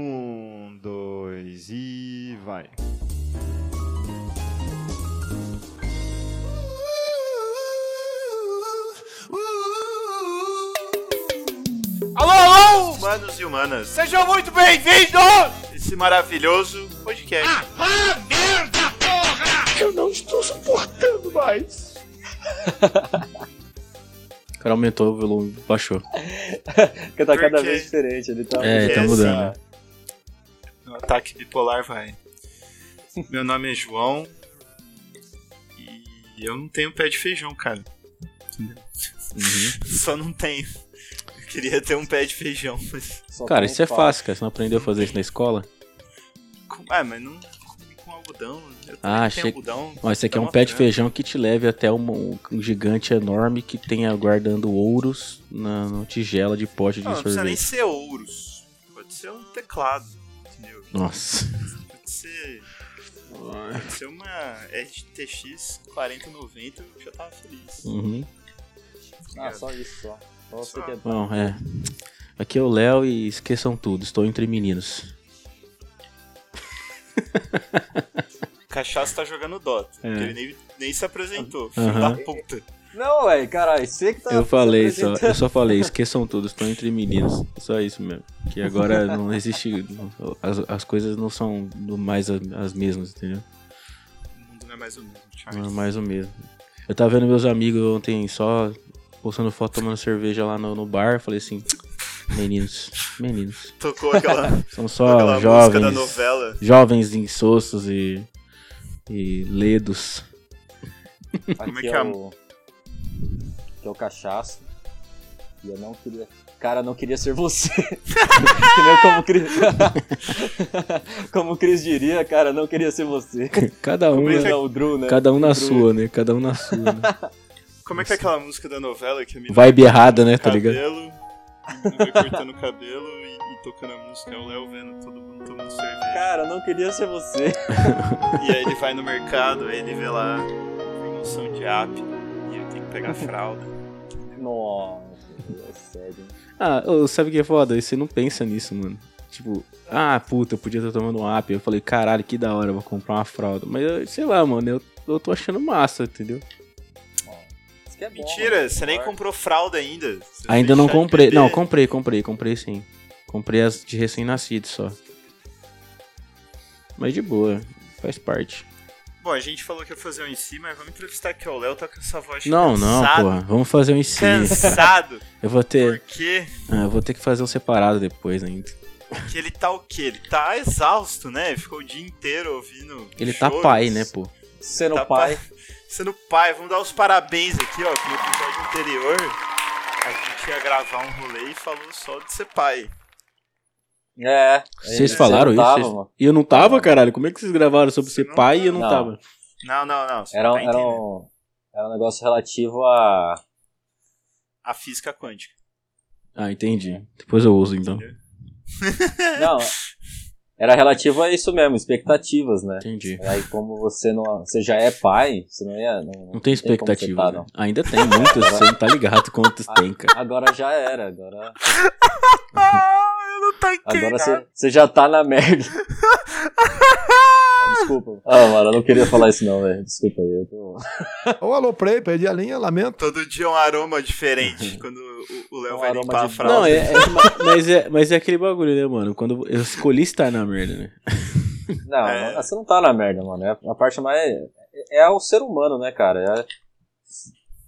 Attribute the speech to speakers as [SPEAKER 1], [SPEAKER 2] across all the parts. [SPEAKER 1] Um, dois e vai.
[SPEAKER 2] Alô, alô!
[SPEAKER 1] Humanos e humanas,
[SPEAKER 2] Sejam muito bem-vindos! Ah!
[SPEAKER 1] esse maravilhoso podcast.
[SPEAKER 3] O cara aumentou o volume, baixou.
[SPEAKER 4] Porque tá cada
[SPEAKER 2] Por quê?
[SPEAKER 4] vez diferente, ele tá.
[SPEAKER 3] É, tá mudando.
[SPEAKER 1] O ataque bipolar vai. Meu nome é João e eu não tenho pé de feijão, cara. Só não tenho. Eu queria ter um pé de feijão, mas.
[SPEAKER 4] Só
[SPEAKER 3] Cara,
[SPEAKER 4] tem
[SPEAKER 3] isso é
[SPEAKER 4] um pau.
[SPEAKER 3] fácil, cara. Você não aprendeu a fazer isso na escola?
[SPEAKER 1] com- Ah, mas não com algodão. né? Eu também
[SPEAKER 3] Ah,
[SPEAKER 1] tenho
[SPEAKER 3] achei-
[SPEAKER 1] algodão.
[SPEAKER 3] Ó, esse aqui é
[SPEAKER 1] Tá
[SPEAKER 3] um
[SPEAKER 1] uma
[SPEAKER 3] pé de
[SPEAKER 1] franja.
[SPEAKER 3] feijão que te leve até uma- um, gigante enorme que tenha guardando ouros na, na tigela de pote de
[SPEAKER 1] Ah, Não, não precisa nem
[SPEAKER 3] sorvete.
[SPEAKER 1] ser ouros. Pode ser um teclado, entendeu?
[SPEAKER 3] Nossa.
[SPEAKER 1] Pode ser. Pode ser uma RTX 4090, eu já tava feliz.
[SPEAKER 3] Uhum.
[SPEAKER 4] Ah, só isso, só. Só você que é
[SPEAKER 3] Bom, é. Aqui é o Léo e esqueçam tudo, estou entre meninos.
[SPEAKER 1] Cachaça tá jogando Dota.
[SPEAKER 3] É.
[SPEAKER 1] porque Ele nem, nem se apresentou. Filho
[SPEAKER 3] Aham.
[SPEAKER 1] da puta.
[SPEAKER 4] Não, velho, caralho, você que tá.
[SPEAKER 3] Eu falei só,
[SPEAKER 4] apresentando.
[SPEAKER 3] eu só falei, esqueçam tudo, estou entre meninos. Só isso mesmo. Que agora não existe. não- as, as coisas não são mais a- as mesmas, entendeu?
[SPEAKER 1] O mundo não é mais o mesmo,
[SPEAKER 3] Não é
[SPEAKER 1] Charles.
[SPEAKER 3] mais o mesmo. Eu tava vendo meus amigos ontem só postando foto tomando cerveja lá no, no bar. eu Falei assim: meninos, meninos.
[SPEAKER 1] Tocou aquela,
[SPEAKER 3] São
[SPEAKER 1] aquela
[SPEAKER 3] só
[SPEAKER 1] música da
[SPEAKER 3] jovens.
[SPEAKER 1] novela.
[SPEAKER 3] Jovens insossos e. e ledos.
[SPEAKER 1] Como é
[SPEAKER 4] Aqui
[SPEAKER 1] que
[SPEAKER 4] é,
[SPEAKER 1] é?
[SPEAKER 4] o. Aqui é o cachaço. E eu não queria. Cara, eu não queria ser você. Que nem como o Cris. como o Cris diria, cara, eu não queria ser você.
[SPEAKER 3] Cada um,
[SPEAKER 4] Mas
[SPEAKER 3] na-
[SPEAKER 1] é
[SPEAKER 4] não, o Drew, né?
[SPEAKER 3] cada um na
[SPEAKER 4] Drew.
[SPEAKER 3] sua, né? Cada um na sua. Né?
[SPEAKER 1] Como é que é aquela música da novela que a menina
[SPEAKER 3] Vibe errada, né? Tá ligado?
[SPEAKER 1] cabelo, a menina vai cortando o cabelo e, e tocando a música, é o Léo vendo todo mundo tomando cerveja.
[SPEAKER 4] Cara, eu não queria ser você.
[SPEAKER 1] E aí ele vai no mercado, aí ele vê lá promoção de app e ele tem que pegar fralda.
[SPEAKER 4] Nossa, é sério. hein?
[SPEAKER 3] Ah, ô, sabe o que é foda? Você não pensa nisso, mano. Tipo, ah, puta, eu podia estar tomando um app. Eu falei, caralho, que da hora, eu vou comprar uma fralda. Mas, eu- sei lá, mano, eu, eu tô achando massa, entendeu?
[SPEAKER 4] Isso que é bom,
[SPEAKER 1] Mentira,
[SPEAKER 4] mano.
[SPEAKER 1] você nem comprou fralda ainda. Você
[SPEAKER 3] Ainda não
[SPEAKER 1] deixar de
[SPEAKER 3] comprei.
[SPEAKER 1] beber.
[SPEAKER 3] Não, comprei, comprei, comprei sim. Comprei as de recém-nascidos só. Mas de boa, faz parte.
[SPEAKER 1] Bom, a gente falou que ia fazer um em si, mas vamos entrevistar aqui o Léo, tá com essa voz
[SPEAKER 3] Não, não,
[SPEAKER 1] cansado,
[SPEAKER 3] porra. Vamos fazer um ensino.
[SPEAKER 1] Cansado,
[SPEAKER 3] Eu vou ter.
[SPEAKER 1] porque,
[SPEAKER 3] ah, eu vou ter que fazer um separado depois ainda.
[SPEAKER 1] porque ele tá o quê? Ele tá exausto, né? Ficou o dia inteiro ouvindo
[SPEAKER 3] Ele tá
[SPEAKER 1] choros.
[SPEAKER 3] pai, né, pô?
[SPEAKER 4] Sendo
[SPEAKER 1] Tá
[SPEAKER 4] pai.
[SPEAKER 1] Sendo pai, vamos dar os parabéns aqui, ó, que no episódio anterior a gente ia gravar um rolê e falou só de ser pai.
[SPEAKER 4] É.
[SPEAKER 3] Vocês falaram
[SPEAKER 4] você não
[SPEAKER 3] isso?
[SPEAKER 4] tava, mano.
[SPEAKER 3] E eu não tava, caralho. Como é que vocês gravaram sobre
[SPEAKER 1] Você
[SPEAKER 3] ser
[SPEAKER 1] não tá.
[SPEAKER 3] pai e eu não,
[SPEAKER 4] tava.
[SPEAKER 3] tava?
[SPEAKER 1] Não, não, não. você
[SPEAKER 4] um, Era,
[SPEAKER 1] não
[SPEAKER 4] um-
[SPEAKER 1] tá
[SPEAKER 4] era,
[SPEAKER 1] entendendo.
[SPEAKER 4] um, era um negócio relativo a.
[SPEAKER 1] A física quântica.
[SPEAKER 3] Ah, entendi. Depois eu uso, então.
[SPEAKER 4] Não. Era relativo a isso mesmo, expectativas, né?
[SPEAKER 3] Entendi.
[SPEAKER 4] Aí como você não. Você já é pai, você não ia. não-
[SPEAKER 3] Não tem
[SPEAKER 4] como você
[SPEAKER 3] expectativa.
[SPEAKER 4] tá,
[SPEAKER 3] né?
[SPEAKER 4] não.
[SPEAKER 3] Ainda tem muitas, você não tá ligado quantas tem, cara.
[SPEAKER 4] Agora já era, agora.
[SPEAKER 1] Ah, eu não tô
[SPEAKER 4] Agora você, você já tá na merda. Desculpa. Ah, mano, eu não queria falar isso não, velho. Desculpa aí. Eu tô...
[SPEAKER 5] Ô, alô, Prey, perdi a linha, lamento.
[SPEAKER 1] Todo dia um aroma diferente quando o- o Léo
[SPEAKER 4] Um
[SPEAKER 1] vai
[SPEAKER 4] aroma
[SPEAKER 1] limpar a
[SPEAKER 4] de-
[SPEAKER 1] fralda.
[SPEAKER 3] Não, é, é que ma- mas, é, mas é aquele bagulho, né, mano? Quando eu escolhi estar na merda, né?
[SPEAKER 4] Não,
[SPEAKER 1] É.
[SPEAKER 4] você não tá na merda, mano. É a parte mais. É o ser humano, né, cara?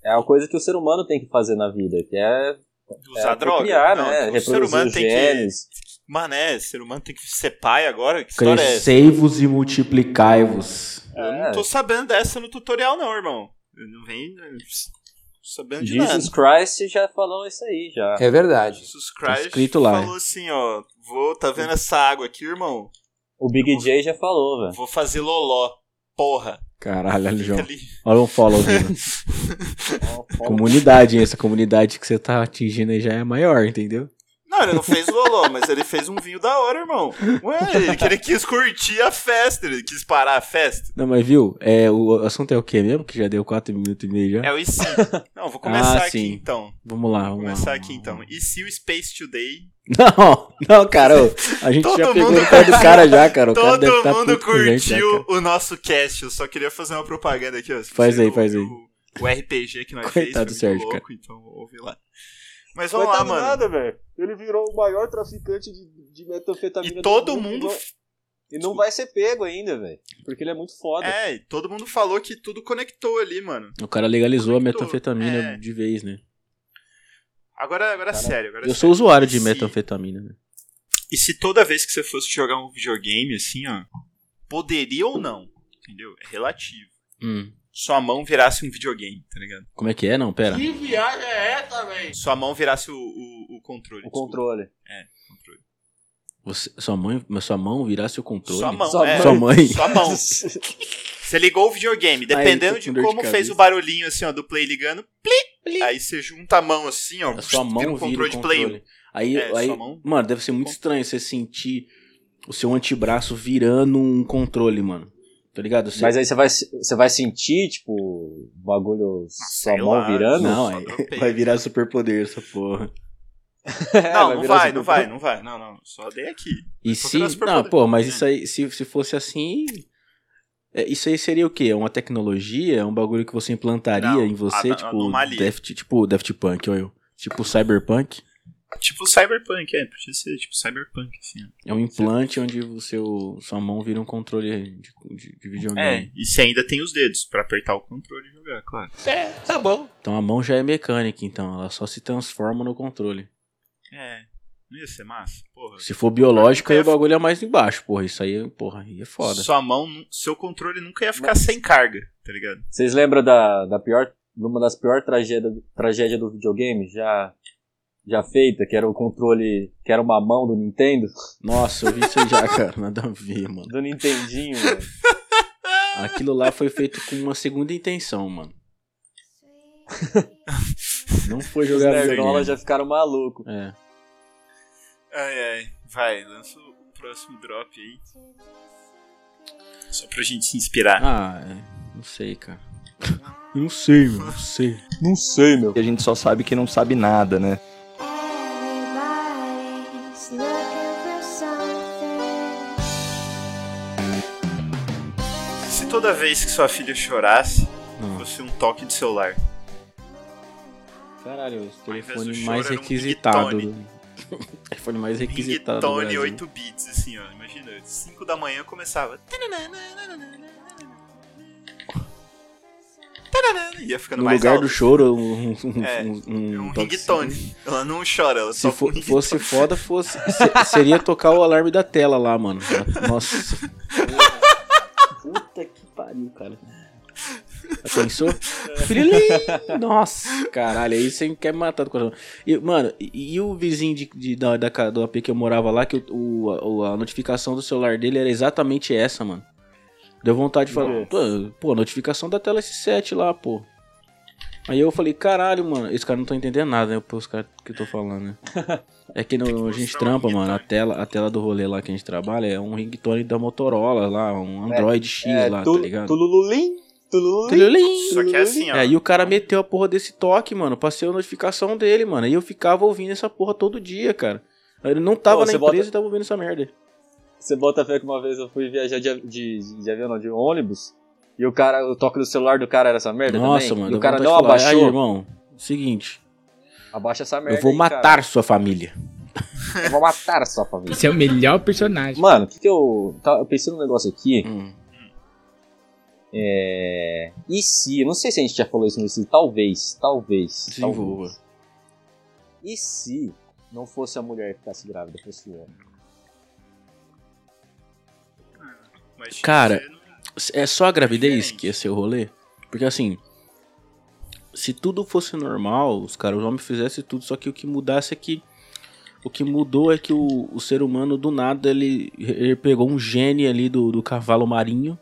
[SPEAKER 4] É, é a coisa que o ser humano tem que fazer na vida, que é
[SPEAKER 1] Usar
[SPEAKER 4] é,
[SPEAKER 1] droga.
[SPEAKER 4] procriar,
[SPEAKER 1] Não,
[SPEAKER 4] né?
[SPEAKER 1] o ser
[SPEAKER 4] Reproduzir
[SPEAKER 1] humano
[SPEAKER 4] os
[SPEAKER 1] tem que.
[SPEAKER 4] genes.
[SPEAKER 1] Mané, ser humano tem que ser pai agora? Que história é essa?
[SPEAKER 3] Crescei-vos e multiplicai-vos.
[SPEAKER 1] Eu não
[SPEAKER 4] é.
[SPEAKER 1] tô sabendo dessa no tutorial, não, irmão. Eu não vem eu não tô sabendo de nada.
[SPEAKER 4] Jesus Christ já falou isso aí, já.
[SPEAKER 6] É verdade.
[SPEAKER 1] Jesus
[SPEAKER 3] Tá
[SPEAKER 1] Christ
[SPEAKER 3] escrito lá.
[SPEAKER 1] falou assim, ó. Vou, tá vendo essa água aqui, irmão?
[SPEAKER 4] O Big J já falou, velho.
[SPEAKER 1] Vou fazer loló. Porra.
[SPEAKER 3] Caralho, olha, João.
[SPEAKER 1] Fica ali.
[SPEAKER 3] Olha um follow, João. Comunidade, hein? Essa comunidade que você tá atingindo aí já é maior, entendeu?
[SPEAKER 1] Não, ele não fez loló, mas ele fez um vinho da hora, irmão. Ué, ele, que- ele quis curtir a festa, ele quis parar a festa.
[SPEAKER 3] Não, mas viu? É, o assunto é o quê mesmo? Que já deu 4 minutos e meio já?
[SPEAKER 1] É o IC. Não, vou começar
[SPEAKER 3] Ah,
[SPEAKER 1] aqui
[SPEAKER 3] sim.
[SPEAKER 1] então.
[SPEAKER 3] Vamos
[SPEAKER 1] Vou
[SPEAKER 3] lá, vamos lá.
[SPEAKER 1] começar
[SPEAKER 3] vamos
[SPEAKER 1] aqui
[SPEAKER 3] lá.
[SPEAKER 1] então. E se o Space Today
[SPEAKER 3] Não, não, cara, ô, a gente
[SPEAKER 1] Todo
[SPEAKER 3] já pegou
[SPEAKER 1] mundo-
[SPEAKER 3] no pé do cara já, cara. O cara
[SPEAKER 1] Todo
[SPEAKER 3] deve tá
[SPEAKER 1] mundo
[SPEAKER 3] puto com a gente, né,
[SPEAKER 1] curtiu
[SPEAKER 3] cara?
[SPEAKER 1] o nosso cast. Eu só queria fazer uma propaganda aqui, ó. Se
[SPEAKER 3] Faz
[SPEAKER 1] você
[SPEAKER 3] aí,
[SPEAKER 1] não
[SPEAKER 3] faz
[SPEAKER 1] ouviu O RPG que nós fez.
[SPEAKER 3] Coitado do
[SPEAKER 1] foi
[SPEAKER 3] Sérgio,
[SPEAKER 1] muito louco, Então ouve lá. Mas vamos
[SPEAKER 4] Coitado
[SPEAKER 1] lá, mano.
[SPEAKER 4] nada, velho. Ele virou o maior traficante de, de metanfetamina
[SPEAKER 1] E
[SPEAKER 4] do
[SPEAKER 1] todo mundo.
[SPEAKER 4] mundo E não, e não vai ser pego ainda, velho. Porque ele é muito foda.
[SPEAKER 1] É, e todo mundo falou que tudo conectou ali, mano.
[SPEAKER 3] O cara legalizou a
[SPEAKER 1] Conectou,
[SPEAKER 3] metanfetamina
[SPEAKER 1] é.
[SPEAKER 3] de vez, né?
[SPEAKER 1] Agora, agora é sério. Agora
[SPEAKER 3] Eu
[SPEAKER 1] sério.
[SPEAKER 3] sou usuário de
[SPEAKER 1] Se-
[SPEAKER 3] metanfetamina, né?
[SPEAKER 1] E se toda vez que você fosse jogar um videogame, assim, ó, poderia ou não, entendeu? É relativo.
[SPEAKER 3] Hum.
[SPEAKER 1] Sua mão virasse um videogame, tá ligado?
[SPEAKER 3] Como é que é? Não, pera.
[SPEAKER 7] Que viagem é essa, velho?
[SPEAKER 1] Sua mão virasse o, o, o controle.
[SPEAKER 4] O
[SPEAKER 1] desculpa.
[SPEAKER 4] controle.
[SPEAKER 3] Você, sua, mãe, mas sua mão virasse o controle?
[SPEAKER 1] Sua mão,
[SPEAKER 4] Sua
[SPEAKER 1] é.
[SPEAKER 3] Sua mãe?
[SPEAKER 1] Sua mão. Você ligou o videogame, dependendo
[SPEAKER 3] Aí, tô
[SPEAKER 1] de
[SPEAKER 3] com dor de
[SPEAKER 1] como fez
[SPEAKER 3] cabeça.
[SPEAKER 1] o barulhinho assim, ó, do play ligando, pli, aí você junta a mão assim, ó,
[SPEAKER 3] A sua mão
[SPEAKER 1] vira
[SPEAKER 3] vira
[SPEAKER 1] um controle de play. um.
[SPEAKER 3] Aí,
[SPEAKER 1] É,
[SPEAKER 3] aí
[SPEAKER 1] sua mão-
[SPEAKER 3] mano, deve ser muito estranho você sentir o seu antebraço virando um controle, mano. Tá ligado? Você-
[SPEAKER 4] Mas aí você vai, você vai sentir, tipo, o bagulho, sua
[SPEAKER 1] Ah, sei
[SPEAKER 4] mão
[SPEAKER 1] lá.
[SPEAKER 4] virando?
[SPEAKER 3] Não,
[SPEAKER 1] Só
[SPEAKER 3] aí-
[SPEAKER 1] tropeia.
[SPEAKER 3] vai virar superpoder essa porra.
[SPEAKER 4] É,
[SPEAKER 1] Não, não
[SPEAKER 4] virar
[SPEAKER 1] vai,
[SPEAKER 4] assim,
[SPEAKER 1] não vai, não vai, não, não, só dei aqui.
[SPEAKER 3] E
[SPEAKER 1] Só
[SPEAKER 3] se.
[SPEAKER 1] virar superpoder.
[SPEAKER 3] Não, pô, mas
[SPEAKER 1] É.
[SPEAKER 3] isso aí, se, se fosse assim. é, isso aí seria o quê? É Uma tecnologia? É um bagulho que você implantaria
[SPEAKER 1] Não,
[SPEAKER 3] em você?
[SPEAKER 1] a- a-
[SPEAKER 3] tipo,
[SPEAKER 1] anomalia.
[SPEAKER 3] Daft, tipo Daft Punk, olha eu. Tipo Cyberpunk?
[SPEAKER 1] Tipo Cyberpunk, é, podia ser tipo Cyberpunk, assim, ó.
[SPEAKER 3] É um implante onde o seu, sua mão vira um controle de, de, de videogame.
[SPEAKER 1] É, e você ainda tem os dedos pra apertar o controle e jogar, claro.
[SPEAKER 7] É, tá bom.
[SPEAKER 3] Então a mão já é mecânica, então. Ela só se transforma no controle.
[SPEAKER 1] É, não ia ser massa, porra.
[SPEAKER 3] Se for biológico, aí
[SPEAKER 1] É,
[SPEAKER 3] o bagulho é mais embaixo, porra. Isso aí, porra, aí é foda.
[SPEAKER 1] Sua mão, nu- seu controle nunca ia ficar sem carga, tá ligado?
[SPEAKER 4] Vocês lembram da, da pior, de uma das piores tragédias tragédia do videogame já, já feita, que era o controle, que era uma mão do Nintendo?
[SPEAKER 3] Nossa, eu vi isso aí já, cara. Nada a ver, mano.
[SPEAKER 4] Do Nintendinho,
[SPEAKER 1] né?
[SPEAKER 4] velho.
[SPEAKER 3] Aquilo lá foi feito com uma segunda intenção, mano. Não foi
[SPEAKER 4] Os
[SPEAKER 1] é
[SPEAKER 3] jogar videogame.
[SPEAKER 4] nerdolas já ficaram malucos.
[SPEAKER 3] É.
[SPEAKER 1] Ai, ai, vai, lança o próximo drop aí. Só pra gente se inspirar.
[SPEAKER 3] Ah, é. não sei, cara. Não sei, mano. Não sei.
[SPEAKER 4] Não sei, meu.
[SPEAKER 5] E a gente só sabe que não sabe nada, né?
[SPEAKER 8] Everybody's looking for something.
[SPEAKER 1] Se toda vez que sua filha chorasse,
[SPEAKER 3] Não.
[SPEAKER 1] fosse um toque de celular.
[SPEAKER 3] Caralho, esse
[SPEAKER 1] Ao invés do
[SPEAKER 3] telefone
[SPEAKER 1] choro,
[SPEAKER 3] mais
[SPEAKER 1] era um
[SPEAKER 3] requisitado. né?
[SPEAKER 1] ringtone.
[SPEAKER 3] do- telefone mais requisitado. do
[SPEAKER 1] Ringtone
[SPEAKER 3] Brasil.
[SPEAKER 1] 8 bits, assim, ó. Imagina, 5 da manhã começava. Ia ficando
[SPEAKER 3] No
[SPEAKER 1] mais
[SPEAKER 3] lugar
[SPEAKER 1] alto.
[SPEAKER 3] do choro, um, um,
[SPEAKER 1] É,
[SPEAKER 3] um, um,
[SPEAKER 1] um
[SPEAKER 3] toque-
[SPEAKER 1] ringtone. Ela não chora, ela
[SPEAKER 3] Se
[SPEAKER 1] só
[SPEAKER 3] fo- fosse foda, fosse, se- seria tocar o alarme da tela lá, mano. Nossa. Puta que pariu, cara. Já pensou? Filhinho! Nossa, caralho, aí você quer me matar do coração. E, mano, e, e o vizinho de, de- da, da, ca- do AP que eu morava lá, que o- o, a- o- a, notificação do celular dele era exatamente essa, mano. Deu vontade de falar, pô, pô, notificação da tela S7 lá, pô. Aí eu falei, caralho, mano, esse cara não tá entendendo nada, né? Os caras que eu tô falando, né? É que,
[SPEAKER 1] Tem que
[SPEAKER 3] no, a gente
[SPEAKER 1] mostrar um
[SPEAKER 3] trampa, mano, a
[SPEAKER 1] ringtone.
[SPEAKER 3] tela, a tela do rolê lá que a gente trabalha é um ringtone da Motorola lá, um Android X
[SPEAKER 4] É,
[SPEAKER 3] lá,
[SPEAKER 4] tu,
[SPEAKER 3] tá ligado?
[SPEAKER 4] Tulululim, Tulululim.
[SPEAKER 3] Tululin.
[SPEAKER 1] Só que é assim, ó.
[SPEAKER 3] É, e o cara meteu a porra desse toque, mano. Passei a notificação dele, mano. E eu ficava ouvindo essa porra todo dia, cara. Ele não tava
[SPEAKER 4] Pô,
[SPEAKER 3] na
[SPEAKER 4] você
[SPEAKER 3] empresa
[SPEAKER 4] bota-
[SPEAKER 3] e tava ouvindo essa merda.
[SPEAKER 4] Você bota fé que uma vez eu fui viajar de, de, de avião, não, de ônibus. E o cara, o toque do celular do cara era essa merda
[SPEAKER 3] Nossa,
[SPEAKER 4] também.
[SPEAKER 3] mano.
[SPEAKER 4] E
[SPEAKER 3] dá
[SPEAKER 4] o cara
[SPEAKER 3] vontade de
[SPEAKER 4] não
[SPEAKER 3] falar, Aí,
[SPEAKER 4] abaixou.
[SPEAKER 3] irmão, seguinte.
[SPEAKER 4] Abaixa essa merda
[SPEAKER 3] eu vou
[SPEAKER 4] aí,
[SPEAKER 3] matar
[SPEAKER 4] cara.
[SPEAKER 3] sua família.
[SPEAKER 4] Eu vou matar a sua família.
[SPEAKER 9] Esse é o melhor personagem.
[SPEAKER 4] Mano, o que, que eu. tá- eu pensei num negócio aqui.
[SPEAKER 3] Hum.
[SPEAKER 4] É. E se. eu Não sei se a gente já falou isso nesse. Talvez. Talvez.
[SPEAKER 3] Desenvolva.
[SPEAKER 4] talvez. E se não fosse a mulher que ficasse grávida, fosse o homem?
[SPEAKER 1] Mas, tipo,
[SPEAKER 3] Cara,
[SPEAKER 1] você não-
[SPEAKER 3] É só a gravidez
[SPEAKER 1] Diferente.
[SPEAKER 3] que ia ser o rolê? Porque assim. Se tudo fosse normal, os caras, os homens fizessem tudo, só que o que mudasse é que. O que mudou é que o, o ser humano, do nada, ele, ele pegou um gene ali do, do cavalo marinho.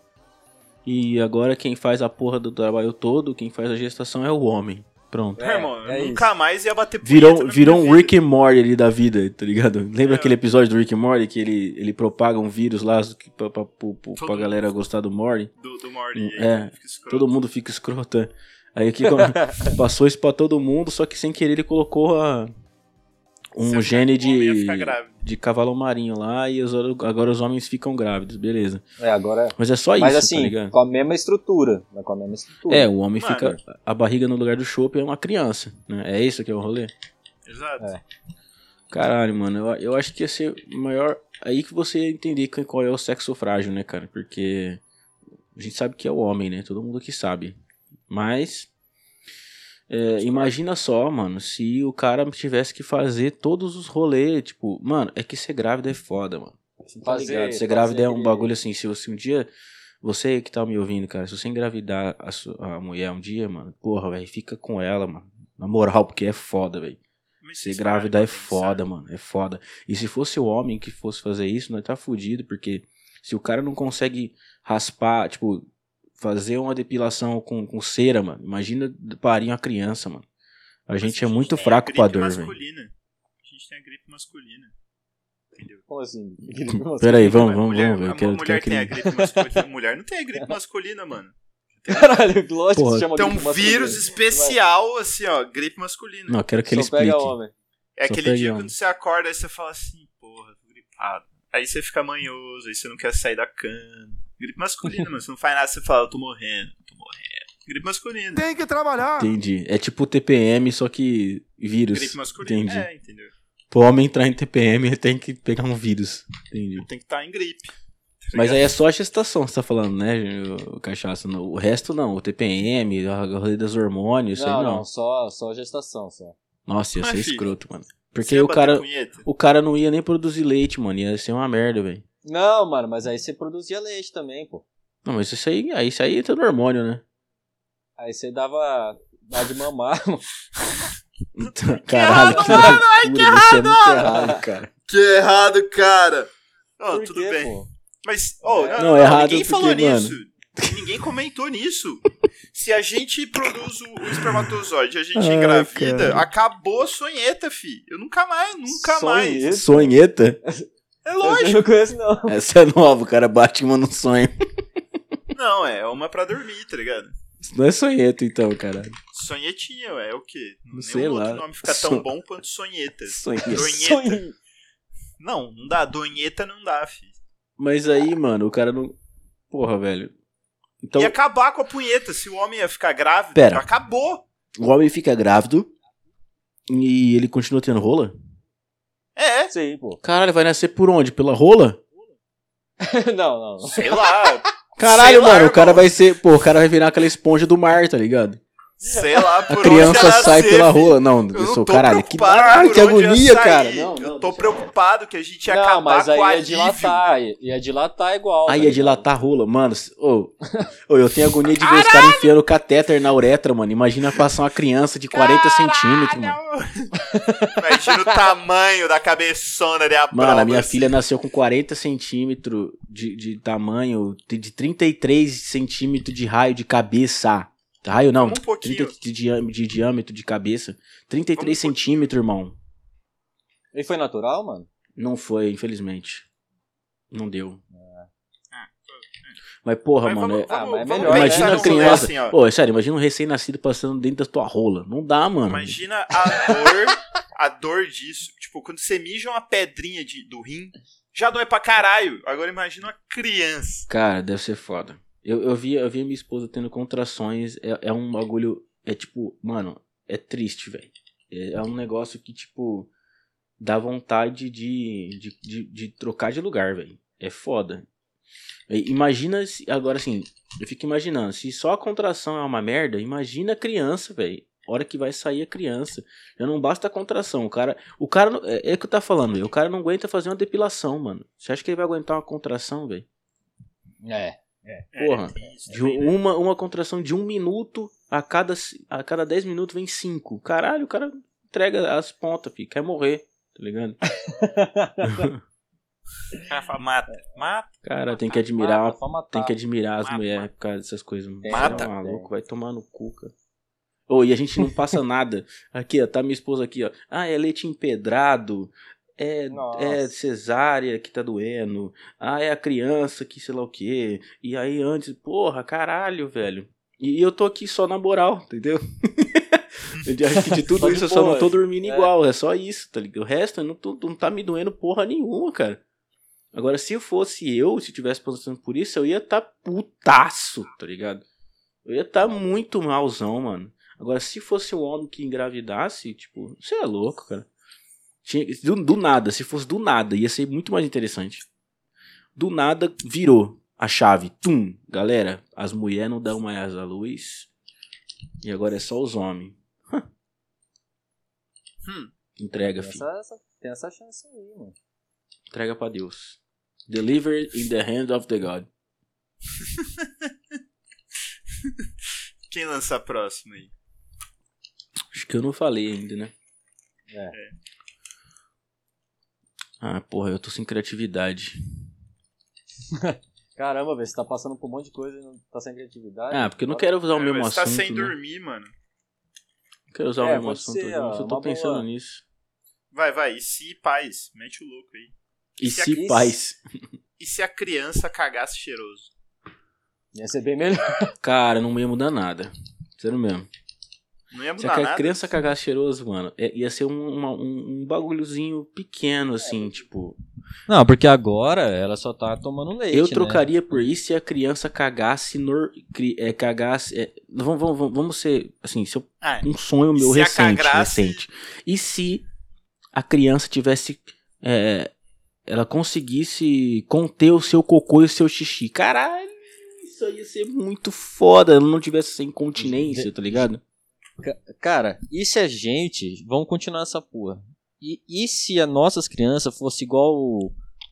[SPEAKER 3] E agora quem faz a porra do trabalho todo, quem faz a gestação é o homem. Pronto.
[SPEAKER 1] Meu irmão,
[SPEAKER 4] é
[SPEAKER 1] eu nunca mais ia bater punheta
[SPEAKER 3] Virou,
[SPEAKER 1] na
[SPEAKER 3] virou
[SPEAKER 1] minha
[SPEAKER 3] um
[SPEAKER 1] é vida.
[SPEAKER 3] Rick and Morty ali da vida, tá ligado?
[SPEAKER 1] É.
[SPEAKER 3] Lembra aquele episódio do Rick and Morty que ele, ele propaga um vírus lá que- pra, pra, pro-
[SPEAKER 1] Todo
[SPEAKER 3] pro- pra
[SPEAKER 1] mundo.
[SPEAKER 3] galera gostar do Morty?
[SPEAKER 1] Do, do Morty.
[SPEAKER 3] É, Todo mundo fica escroto. é. Aí aqui quando- passou isso pra todo mundo, só que sem querer ele colocou a- um
[SPEAKER 1] Você-
[SPEAKER 3] gene de,
[SPEAKER 1] o homem ia ficar grávido.
[SPEAKER 3] de cavalo marinho lá e os- agora os homens ficam grávidos, beleza.
[SPEAKER 10] É, agora.
[SPEAKER 3] Mas é só
[SPEAKER 10] Mas
[SPEAKER 3] isso, tá
[SPEAKER 10] assim,
[SPEAKER 3] ligado?
[SPEAKER 10] com a mesma estrutura. Mas com a mesma estrutura.
[SPEAKER 3] É, o homem
[SPEAKER 1] Mano.
[SPEAKER 3] fica. A barriga no lugar do chope é uma criança, né? É isso que é o rolê?
[SPEAKER 1] Exato.
[SPEAKER 10] É.
[SPEAKER 3] Caralho, mano, eu, eu acho que ia ser maior. Aí que você ia entender que- qual é o sexo frágil, né, cara? Porque a gente sabe que é o homem, né? Todo mundo aqui sabe. Mas. é, imagina só, mano, se o cara tivesse que fazer todos os rolês, tipo, mano, é que ser grávida é foda, mano. Você não tá
[SPEAKER 10] Fazer-
[SPEAKER 3] ligado? Ser
[SPEAKER 10] fazer
[SPEAKER 3] grávida é um
[SPEAKER 10] aquele-
[SPEAKER 3] bagulho assim, se você um dia. Você que tá me ouvindo, cara, se você engravidar a, su- a mulher um dia, mano, porra, velho, fica com ela, mano. Na moral, porque é foda, velho.
[SPEAKER 1] Mas
[SPEAKER 3] Ser
[SPEAKER 1] isso
[SPEAKER 3] grávida
[SPEAKER 1] vale
[SPEAKER 3] é
[SPEAKER 1] pra pensar.
[SPEAKER 3] foda, mano. É foda. E se fosse o homem que fosse fazer isso, nós tá fudido, porque se o cara não consegue raspar, tipo, fazer uma depilação com, com cera, mano. Imagina parir uma criança, mano. A
[SPEAKER 1] Mas
[SPEAKER 3] gente é muito
[SPEAKER 1] tem a
[SPEAKER 3] fraco
[SPEAKER 1] gripe
[SPEAKER 3] pra dor, velho.
[SPEAKER 1] masculina. A gente tem a gripe masculina. Entendeu?
[SPEAKER 10] Como assim?
[SPEAKER 3] Pera aí, vamos,
[SPEAKER 1] Ué,
[SPEAKER 3] vamos,
[SPEAKER 1] mulher,
[SPEAKER 3] vamos. ver. Eu
[SPEAKER 1] a
[SPEAKER 3] quero,
[SPEAKER 1] é mulher
[SPEAKER 3] quero
[SPEAKER 1] tem a
[SPEAKER 3] que...
[SPEAKER 1] gripe masculina. Mulher não tem a gripe masculina, mano.
[SPEAKER 10] Caralho, lógico
[SPEAKER 3] Porra.
[SPEAKER 10] que chama
[SPEAKER 1] Tem
[SPEAKER 10] gripe
[SPEAKER 1] um
[SPEAKER 10] masculina.
[SPEAKER 1] vírus especial, assim, ó, gripe masculina.
[SPEAKER 3] Não, eu quero que ele
[SPEAKER 10] Só pega
[SPEAKER 3] explique.
[SPEAKER 10] homem.
[SPEAKER 1] É
[SPEAKER 3] Só
[SPEAKER 1] aquele dia
[SPEAKER 3] pega,
[SPEAKER 1] quando você acorda e você fala assim, porra, tô gripado. Aí você fica manhoso, aí você não quer sair da cama. Gripe masculina, mano. Você não faz nada, você fala, eu tô morrendo, tô morrendo. Gripe masculina.
[SPEAKER 5] Tem que trabalhar.
[SPEAKER 3] Entendi. É tipo TPM, só que vírus.
[SPEAKER 1] Gripe masculina.
[SPEAKER 3] Entendi.
[SPEAKER 1] É, entendeu?
[SPEAKER 3] Pro homem entrar em TPM, ele tem que pegar um vírus. Entendi.
[SPEAKER 1] Tem que estar em gripe.
[SPEAKER 3] Mas aí é só a gestação, você tá falando, né, o cachaça? Não, O resto não, o TPM, a rolê dos hormônios, isso aí
[SPEAKER 10] Não,
[SPEAKER 3] não.
[SPEAKER 10] não, só, só gestação, só.
[SPEAKER 3] Nossa, ia
[SPEAKER 1] Mas,
[SPEAKER 3] ser
[SPEAKER 1] filho,
[SPEAKER 3] escroto, mano.
[SPEAKER 1] Você
[SPEAKER 3] Porque
[SPEAKER 1] ia
[SPEAKER 3] o
[SPEAKER 1] bater
[SPEAKER 3] cara,
[SPEAKER 1] punheta?
[SPEAKER 3] o cara não ia nem produzir leite, mano, ia ser uma merda, velho.
[SPEAKER 10] Não, mano, mas aí você produzia leite também, pô.
[SPEAKER 3] Não, mas isso aí, aí, isso aí é todo hormônio, né?
[SPEAKER 10] Aí você dava. Dá de mamar, mano.
[SPEAKER 3] Então, Caralho, que loucura, isso é muito errado, cara.
[SPEAKER 1] Que errado, cara! Ó,
[SPEAKER 10] Por
[SPEAKER 1] tudo
[SPEAKER 10] quê,
[SPEAKER 1] bem.
[SPEAKER 10] pô?
[SPEAKER 1] Mas, oh,
[SPEAKER 10] É.
[SPEAKER 1] não,
[SPEAKER 3] Não,
[SPEAKER 1] não,
[SPEAKER 3] errado
[SPEAKER 1] ninguém
[SPEAKER 3] porque,
[SPEAKER 1] falou
[SPEAKER 3] mano.
[SPEAKER 1] nisso. Ninguém comentou nisso. Se a gente produz o o espermatozoide e a gente
[SPEAKER 3] Ai,
[SPEAKER 1] engravida,
[SPEAKER 3] cara.
[SPEAKER 1] acabou a sonheta, fi. Eu nunca mais, nunca mais.
[SPEAKER 10] Sonheta?
[SPEAKER 3] Sonheta?
[SPEAKER 1] É
[SPEAKER 10] Eu
[SPEAKER 1] lógico.
[SPEAKER 10] não conheço, não.
[SPEAKER 3] Essa é nova, o cara bate uma no sonho.
[SPEAKER 1] Não, é uma pra dormir, tá ligado?
[SPEAKER 3] Isso não é sonheta, então, caralho.
[SPEAKER 1] Sonhetinha, ué, é o quê?
[SPEAKER 3] Não sei
[SPEAKER 1] outro
[SPEAKER 3] lá.
[SPEAKER 1] nome fica tão
[SPEAKER 3] Son-
[SPEAKER 1] bom quanto sonheta.
[SPEAKER 3] Sonheta.
[SPEAKER 1] Sonheta.
[SPEAKER 10] Sonho.
[SPEAKER 1] Não, não dá. Donheta não dá, fi.
[SPEAKER 3] Mas aí, mano, o cara não. Porra, velho. Então,
[SPEAKER 1] E acabar com a punheta. Se o homem ia ficar grávido,
[SPEAKER 3] Pera.
[SPEAKER 1] acabou.
[SPEAKER 3] o homem fica grávido e ele continua tendo rola?
[SPEAKER 1] É,
[SPEAKER 10] Sim, pô.
[SPEAKER 3] Caralho, vai nascer por onde? Pela rola?
[SPEAKER 10] Não, não. não.
[SPEAKER 1] sei lá.
[SPEAKER 3] Caralho,
[SPEAKER 1] Sei lá,
[SPEAKER 3] mano, o cara
[SPEAKER 1] irmão.
[SPEAKER 3] vai ser. Pô, o cara vai virar aquela esponja do mar, tá ligado?
[SPEAKER 1] Sei lá
[SPEAKER 3] A
[SPEAKER 1] por onde
[SPEAKER 3] criança
[SPEAKER 1] ela
[SPEAKER 3] sai
[SPEAKER 1] nascer,
[SPEAKER 3] pela
[SPEAKER 1] fi.
[SPEAKER 3] rola. Não,
[SPEAKER 1] Eu
[SPEAKER 3] eu
[SPEAKER 1] não
[SPEAKER 3] sou
[SPEAKER 1] tô
[SPEAKER 3] caralho. Que,
[SPEAKER 1] preocupado
[SPEAKER 3] Ah,
[SPEAKER 1] por
[SPEAKER 3] que
[SPEAKER 1] onde ia
[SPEAKER 3] agonia,
[SPEAKER 1] sair.
[SPEAKER 3] cara.
[SPEAKER 10] Não, não,
[SPEAKER 1] eu tô
[SPEAKER 10] deixa-
[SPEAKER 1] preocupado que a gente ia acabar
[SPEAKER 10] Não, mas aí
[SPEAKER 1] com a
[SPEAKER 10] ia
[SPEAKER 3] é tá.
[SPEAKER 10] dilatar. Ia, ia dilatar igual.
[SPEAKER 3] Aí
[SPEAKER 10] tá
[SPEAKER 3] ia
[SPEAKER 10] ligado?
[SPEAKER 3] dilatar a é rola, mano. se- Ô, ô, eu tenho agonia de ver os caras enfiando o catéter na uretra, mano. Imagina passar uma criança de 40 centímetros, mano.
[SPEAKER 1] Imagina o tamanho da cabeçona de Abraão.
[SPEAKER 3] Mano, a minha
[SPEAKER 1] assim.
[SPEAKER 3] filha nasceu com 40 centímetros de, de tamanho, de de 33 centímetros de raio de cabeça. Raio não,
[SPEAKER 1] Um pouquinho.
[SPEAKER 3] 30 de, diâmetro, de diâmetro de cabeça. 33
[SPEAKER 1] Vamos um pouquinho.
[SPEAKER 3] centímetros, irmão.
[SPEAKER 10] E foi natural, mano?
[SPEAKER 3] Não foi, infelizmente. Não deu.
[SPEAKER 1] É.
[SPEAKER 3] Mas porra,
[SPEAKER 1] Ah, Mas
[SPEAKER 3] mano.
[SPEAKER 1] vamos-
[SPEAKER 3] é-
[SPEAKER 1] vamos-
[SPEAKER 10] Ah, mas é
[SPEAKER 1] vamos
[SPEAKER 10] melhor,
[SPEAKER 1] pensar
[SPEAKER 10] né?
[SPEAKER 3] Imagina a
[SPEAKER 1] num rolê
[SPEAKER 3] criança.
[SPEAKER 1] assim, ó.
[SPEAKER 3] Pô, é sério, imagina um recém-nascido passando dentro da tua rola. Não dá, mano.
[SPEAKER 1] Imagina a dor, a dor disso. Tipo, quando você mija uma pedrinha de, do rim, já dói pra caralho. Agora imagina uma criança.
[SPEAKER 3] Cara, deve ser foda. Eu, eu, vi, eu vi minha esposa tendo contrações. É, é um bagulho. É tipo, mano, é triste, velho. É, é um negócio que, tipo, dá vontade de, de, de, de trocar de lugar, velho. É foda. E Imagina se. Agora assim, eu fico imaginando, se só a contração é uma merda, imagina a criança, velho. Hora que vai sair a criança. Já não basta a contração. O cara. O cara. não- É, é que eu tá falando, velho. O cara não aguenta fazer uma depilação, mano. Você acha que ele vai aguentar uma contração, velho?
[SPEAKER 10] É.
[SPEAKER 3] Porra,
[SPEAKER 1] É, isso
[SPEAKER 3] de um,
[SPEAKER 1] também, né?
[SPEAKER 3] uma, uma contração de um minuto a cada, a cada dez minutos vem cinco. Caralho, o cara entrega as pontas, fi, quer morrer, tá ligado?
[SPEAKER 1] Rafa, mata. Mata.
[SPEAKER 3] Cara, tem que admirar,
[SPEAKER 10] Mata, Ah, pra matar.
[SPEAKER 3] tem que admirar as
[SPEAKER 1] Mata,
[SPEAKER 3] mulheres por causa dessas coisas. mano.
[SPEAKER 10] Tem,
[SPEAKER 1] Mata.
[SPEAKER 3] Tá maluco, vai tomar no cu, cara. Ô, e a gente não passa nada. Aqui, ó, tá minha esposa aqui, ó. Ah, é leite empedrado. É,
[SPEAKER 10] Nossa.
[SPEAKER 3] é cesárea que tá doendo. Ah, é a criança que sei lá o quê. E aí antes, porra, caralho, velho. E eu tô aqui só na moral, entendeu? Eu acho que de tudo
[SPEAKER 10] Só de
[SPEAKER 3] isso eu só não
[SPEAKER 10] boa.
[SPEAKER 3] tô dormindo
[SPEAKER 10] É.
[SPEAKER 3] igual, é só isso, tá ligado? O resto eu não, tô- não tá me doendo porra nenhuma, cara. Agora, se eu fosse eu, se eu tivesse passando por isso, eu ia tá putaço, tá ligado? Eu ia tá muito malzão, mano. Agora, se fosse um homem que engravidasse, tipo, você é louco, cara. Tinha, do, do nada, se fosse do nada, ia ser muito mais interessante. Do nada, virou a chave. Tum! Galera, as mulheres não dão mais a luz. E agora é só os homens. Hã.
[SPEAKER 1] Hum.
[SPEAKER 10] Tem
[SPEAKER 3] Entrega, filho.
[SPEAKER 10] essa, essa- tem essa chance aí, mano.
[SPEAKER 3] Entrega pra Deus. Delivered in the hand of the God.
[SPEAKER 1] Quem lança a próxima aí?
[SPEAKER 3] Acho que eu não falei ainda, né?
[SPEAKER 10] É.
[SPEAKER 3] Ah, porra, eu tô sem criatividade.
[SPEAKER 10] Caramba, velho, você tá passando por um monte de coisa e não tá sem criatividade.
[SPEAKER 3] Ah, porque eu não quero usar o
[SPEAKER 10] É,
[SPEAKER 1] Ah,
[SPEAKER 3] mesmo
[SPEAKER 1] mas
[SPEAKER 3] assunto.
[SPEAKER 1] tá sem
[SPEAKER 3] né?
[SPEAKER 1] dormir, mano.
[SPEAKER 3] Não quero usar o
[SPEAKER 10] É,
[SPEAKER 3] mesmo
[SPEAKER 10] pode
[SPEAKER 3] assunto.
[SPEAKER 10] ser,
[SPEAKER 3] hoje, mas
[SPEAKER 10] ó,
[SPEAKER 3] eu tô
[SPEAKER 10] uma
[SPEAKER 3] pensando
[SPEAKER 10] boa.
[SPEAKER 3] nisso.
[SPEAKER 1] Vai, vai. E se, paz, mete o louco aí.
[SPEAKER 3] E
[SPEAKER 1] Se
[SPEAKER 3] se
[SPEAKER 10] aqui-
[SPEAKER 3] faz.
[SPEAKER 1] E se a criança cagasse cheiroso?
[SPEAKER 10] Ia ser bem melhor.
[SPEAKER 3] Cara, não ia mudar nada. Sério mesmo.
[SPEAKER 1] Não ia
[SPEAKER 3] Se
[SPEAKER 1] mudar
[SPEAKER 3] a
[SPEAKER 1] nada.
[SPEAKER 3] criança cagasse cheiroso, mano, é- ia ser um, uma- um, um bagulhozinho pequeno,
[SPEAKER 1] É,
[SPEAKER 3] assim, tipo.
[SPEAKER 4] Não, porque agora ela só tá tomando
[SPEAKER 1] é
[SPEAKER 4] leite.
[SPEAKER 3] eu
[SPEAKER 4] né?
[SPEAKER 3] trocaria por isso se a criança cagasse. Nor, cri- é, cagasse é, vamos, vamos, vamos- vamos ser. Assim, se eu-
[SPEAKER 1] Ah,
[SPEAKER 3] um sonho meu
[SPEAKER 1] se a
[SPEAKER 3] recente,
[SPEAKER 1] cagasse-
[SPEAKER 3] recente. E se a criança tivesse. é, ela conseguisse conter o seu cocô e o seu xixi. Caralho, isso ia ser muito foda. Ela não tivesse essa incontinência, tá ligado?
[SPEAKER 4] Cara, e se a gente. Vamos continuar essa porra. E, e se as nossas crianças fosse igual o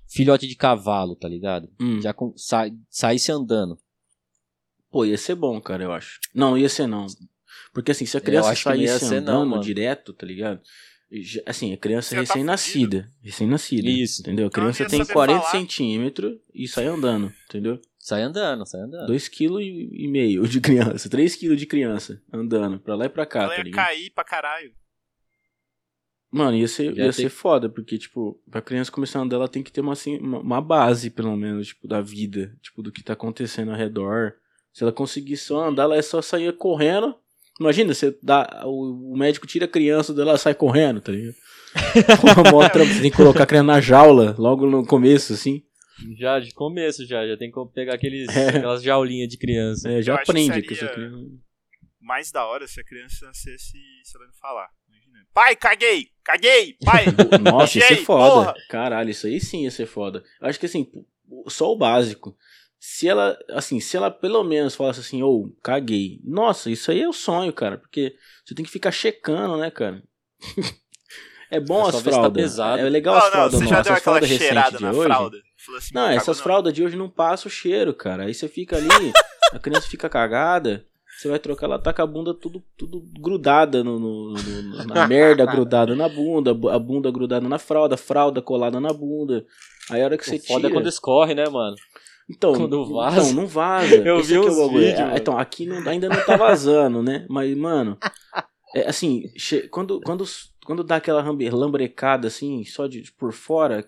[SPEAKER 4] filhote de cavalo, tá ligado?
[SPEAKER 3] Hum.
[SPEAKER 4] Já com, sa, saísse andando.
[SPEAKER 3] Pô, ia ser bom, cara, eu acho. Não, não ia ser não. Porque assim, se a
[SPEAKER 4] Eu
[SPEAKER 3] criança
[SPEAKER 4] acho que não ia
[SPEAKER 3] saísse
[SPEAKER 4] ser
[SPEAKER 3] andando
[SPEAKER 4] não, mano.
[SPEAKER 3] direto, tá ligado? Já- Assim, a criança
[SPEAKER 1] Você
[SPEAKER 3] é
[SPEAKER 1] tá
[SPEAKER 3] recém-nascida. recém-nascida.
[SPEAKER 4] Isso.
[SPEAKER 3] Entendeu? A
[SPEAKER 1] Então ela
[SPEAKER 3] criança
[SPEAKER 1] ia
[SPEAKER 3] tem
[SPEAKER 1] saber
[SPEAKER 3] 40
[SPEAKER 1] falar.
[SPEAKER 3] centímetros e sai andando, entendeu?
[SPEAKER 4] Sai andando, sai andando.
[SPEAKER 3] 2,5 kg e meio de criança, 3 kg de criança andando pra lá e pra cá,
[SPEAKER 1] ela
[SPEAKER 3] tá
[SPEAKER 1] ia
[SPEAKER 3] ligado?
[SPEAKER 1] cair pra caralho.
[SPEAKER 3] Mano, ia ser,
[SPEAKER 4] Já
[SPEAKER 3] ia
[SPEAKER 4] tem-
[SPEAKER 3] ser foda, porque, tipo, pra criança começar a andar, ela tem que ter uma, assim, uma, uma base, pelo menos, tipo, da vida, tipo, do que tá acontecendo ao redor. Se ela conseguir só andar, ela é só sair correndo. Imagina, você dá, o, o médico tira a criança dela, ela sai correndo, tá ligado? Uma mó trampo, você tem que colocar a criança na jaula, logo no começo, assim.
[SPEAKER 4] Já de começo, já. Já tem que pegar aqueles,
[SPEAKER 3] É.
[SPEAKER 4] aquelas jaulinhas de criança.
[SPEAKER 3] É, já
[SPEAKER 1] Eu acho que
[SPEAKER 3] aprende
[SPEAKER 1] seria-
[SPEAKER 3] com essa criança.
[SPEAKER 1] Mais da hora se a criança nascesse sabendo falar. Imagina. Pai, caguei! Caguei! Pai!
[SPEAKER 3] Nossa, isso é
[SPEAKER 1] Achei,
[SPEAKER 3] foda.
[SPEAKER 1] porra!
[SPEAKER 3] Caralho, isso aí sim ia ser foda. Eu acho que assim, só o básico. Se ela, assim, se ela pelo menos falasse assim, ou caguei. Nossa, isso aí é o sonho, cara. Porque você tem que ficar checando, né, cara? é bom
[SPEAKER 4] É só
[SPEAKER 3] as
[SPEAKER 4] ver se tá
[SPEAKER 3] fraldas.
[SPEAKER 4] pesado.
[SPEAKER 3] é legal as
[SPEAKER 1] Não, não,
[SPEAKER 3] fraldas
[SPEAKER 1] você já
[SPEAKER 3] nossas.
[SPEAKER 1] deu
[SPEAKER 3] As
[SPEAKER 1] aquela
[SPEAKER 3] fraldas
[SPEAKER 1] cheirada
[SPEAKER 3] recentes de
[SPEAKER 1] na
[SPEAKER 3] hoje.
[SPEAKER 1] fralda? Falou assim,
[SPEAKER 3] Não,
[SPEAKER 1] cago
[SPEAKER 3] essas fraldas de hoje não passam o cheiro, cara. Aí você fica ali, a criança fica cagada, você vai trocar, ela tá com a bunda tudo, tudo grudada no, no- no- no- na merda, grudada na bunda, bu- a bunda grudada na fralda, a fralda colada na bunda. Aí a hora que você
[SPEAKER 4] O foda é
[SPEAKER 3] tira...
[SPEAKER 4] quando escorre, né, mano?
[SPEAKER 3] Então,
[SPEAKER 4] quando vaza.
[SPEAKER 3] então, não vaza.
[SPEAKER 4] Eu
[SPEAKER 3] Esse
[SPEAKER 4] vi
[SPEAKER 3] aqui é o
[SPEAKER 4] uns
[SPEAKER 3] bagulho.
[SPEAKER 4] vídeos,
[SPEAKER 3] Ah,
[SPEAKER 4] mano.
[SPEAKER 3] Então, aqui não- ainda não tá vazando, né? Mas, mano, é, assim, che- quando, quando, quando dá aquela rambe- lambrecada, assim, só de, de por fora,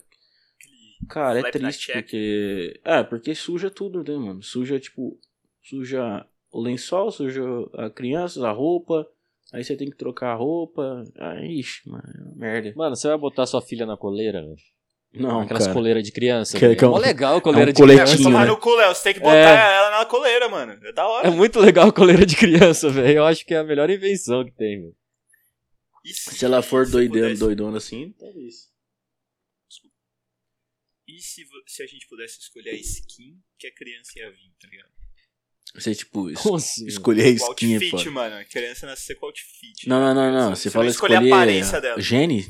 [SPEAKER 3] cara, é
[SPEAKER 1] Flap na
[SPEAKER 3] triste,
[SPEAKER 1] check.
[SPEAKER 3] porque... É, porque suja tudo, né, mano? Suja, tipo, suja o lençol, suja a criança, a roupa, aí você tem que trocar a roupa, aí, ixi, mano, é uma merda.
[SPEAKER 4] Mano, você vai botar sua filha na coleira, velho?
[SPEAKER 3] Não,
[SPEAKER 4] Aquelas
[SPEAKER 3] cara.
[SPEAKER 4] coleiras de criança.
[SPEAKER 3] Que-
[SPEAKER 4] velho.
[SPEAKER 3] que é um-
[SPEAKER 4] Mó legal a coleira
[SPEAKER 3] é um
[SPEAKER 4] de criança.
[SPEAKER 1] Vai
[SPEAKER 3] coletinho,
[SPEAKER 1] tomar
[SPEAKER 3] né?
[SPEAKER 1] no cu, Léo. Você tem que botar
[SPEAKER 4] É.
[SPEAKER 1] ela na coleira, mano. É da hora.
[SPEAKER 4] É muito legal a coleira de criança, velho. Eu acho que é a melhor invenção que tem, velho.
[SPEAKER 1] E se,
[SPEAKER 3] Se ela for
[SPEAKER 1] se
[SPEAKER 3] doidona,
[SPEAKER 1] pudesse-
[SPEAKER 3] doidona assim, é isso.
[SPEAKER 1] E se, vo- se a gente pudesse escolher a skin que a criança ia vir, tá ligado?
[SPEAKER 3] Você, tipo, es-
[SPEAKER 4] Como assim?
[SPEAKER 3] escolher a
[SPEAKER 1] o
[SPEAKER 3] skin,
[SPEAKER 1] outfit,
[SPEAKER 3] pô.
[SPEAKER 1] mano. A criança nascer com outfit.
[SPEAKER 3] Não, não, não, não.
[SPEAKER 1] Você
[SPEAKER 3] Você,
[SPEAKER 1] não
[SPEAKER 3] fala
[SPEAKER 1] escolhe
[SPEAKER 3] escolher,
[SPEAKER 1] a aparência dela.
[SPEAKER 3] Gene?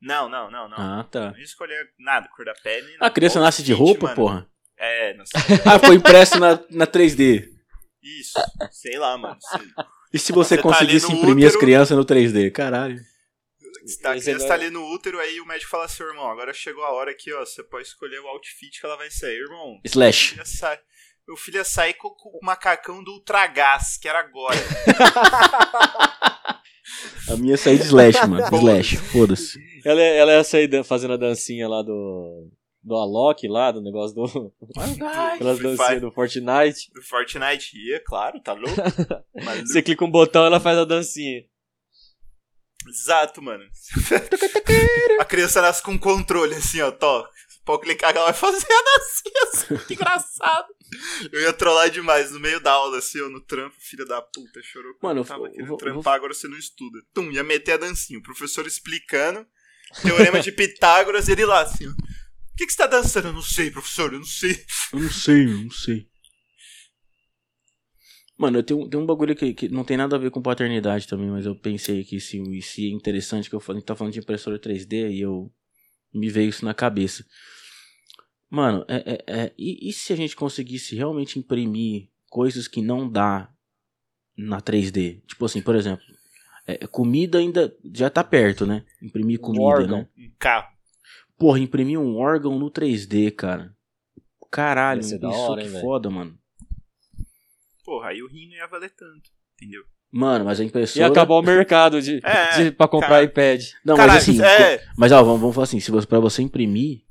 [SPEAKER 1] Não, não, não, não.
[SPEAKER 3] Ah, tá.
[SPEAKER 1] Não ia escolher nada, cor da pele.
[SPEAKER 3] A criança
[SPEAKER 1] outfit,
[SPEAKER 3] nasce de roupa,
[SPEAKER 1] mano.
[SPEAKER 3] porra.
[SPEAKER 1] É, nasce.
[SPEAKER 3] Ah, foi impresso na, na 3D.
[SPEAKER 1] Isso. Sei lá, mano. Você,
[SPEAKER 3] E se
[SPEAKER 1] Você
[SPEAKER 3] você,
[SPEAKER 1] tá
[SPEAKER 3] conseguisse
[SPEAKER 1] ali no
[SPEAKER 3] imprimir as
[SPEAKER 1] útero.
[SPEAKER 3] crianças no 3D? Caralho.
[SPEAKER 1] você tá, a
[SPEAKER 4] Esse
[SPEAKER 1] criança
[SPEAKER 4] é
[SPEAKER 1] tá
[SPEAKER 4] da-
[SPEAKER 1] ali no útero, aí o médico fala assim, irmão, agora chegou a hora aqui, ó. Você pode escolher o outfit que ela vai sair, irmão.
[SPEAKER 3] Slash.
[SPEAKER 1] filho ia sair- Meu filho ia sair com, com o macacão do Ultragás, que era agora.
[SPEAKER 3] A minha saiu de Slash, mano. Slash. Foda-se.
[SPEAKER 4] Ela, é, ela ia sair dan- fazendo a dancinha lá do. Do Alok lá, do negócio do. Aquelas
[SPEAKER 1] Free
[SPEAKER 4] dancinhas
[SPEAKER 1] Fire.
[SPEAKER 4] do Fortnite.
[SPEAKER 1] Fortnite ia, é claro, tá louco. Mas
[SPEAKER 4] Você clica um botão ela faz a dancinha.
[SPEAKER 1] Exato, mano. a criança nasce com controle, assim, ó, toca. Pode clicar, ela vai fazer a assim, assim, que engraçado. Eu ia trollar demais no meio da aula, assim, ó, no trampo, filha da puta, chorou. quando
[SPEAKER 3] Mano, eu
[SPEAKER 1] tava
[SPEAKER 3] vou-
[SPEAKER 1] querendo
[SPEAKER 3] vou-
[SPEAKER 1] trampar,
[SPEAKER 3] vou-
[SPEAKER 1] agora você não estuda. Tum, ia meter a dancinha, o professor explicando, teorema de Pitágoras, e ele lá, assim, ó. O que, que você tá dançando? Eu não sei, professor, eu não sei.
[SPEAKER 3] Eu não sei, eu não sei. Mano, eu tenho, tem um bagulho que, que não tem nada a ver com paternidade também, mas eu pensei que se, se é interessante que eu falei, tá falando de impressora 3D e eu me veio isso na cabeça. Mano, é, é- é, e, e se a gente conseguisse realmente imprimir coisas que não dá na 3D? Tipo assim, por exemplo, é, comida ainda já tá perto, né? Imprimir
[SPEAKER 10] Um
[SPEAKER 3] comida,
[SPEAKER 10] órgão.
[SPEAKER 3] né?
[SPEAKER 1] Um carro.
[SPEAKER 3] Porra, imprimir um órgão no 3D, cara. Caralho,
[SPEAKER 10] Ia ser
[SPEAKER 3] isso
[SPEAKER 10] da hora,
[SPEAKER 3] que
[SPEAKER 10] hein, velho?
[SPEAKER 3] foda, mano.
[SPEAKER 1] Porra, aí o rim não ia valer tanto, entendeu?
[SPEAKER 3] Mano, mas a
[SPEAKER 4] E
[SPEAKER 3] impressora.
[SPEAKER 4] acabar o mercado de,
[SPEAKER 1] É,
[SPEAKER 4] de- pra comprar
[SPEAKER 1] cara.
[SPEAKER 4] iPad.
[SPEAKER 3] Não,
[SPEAKER 1] Caralho,
[SPEAKER 3] mas assim.
[SPEAKER 1] é,
[SPEAKER 3] Mas ó, vamos, vamos falar assim: se você, pra você imprimir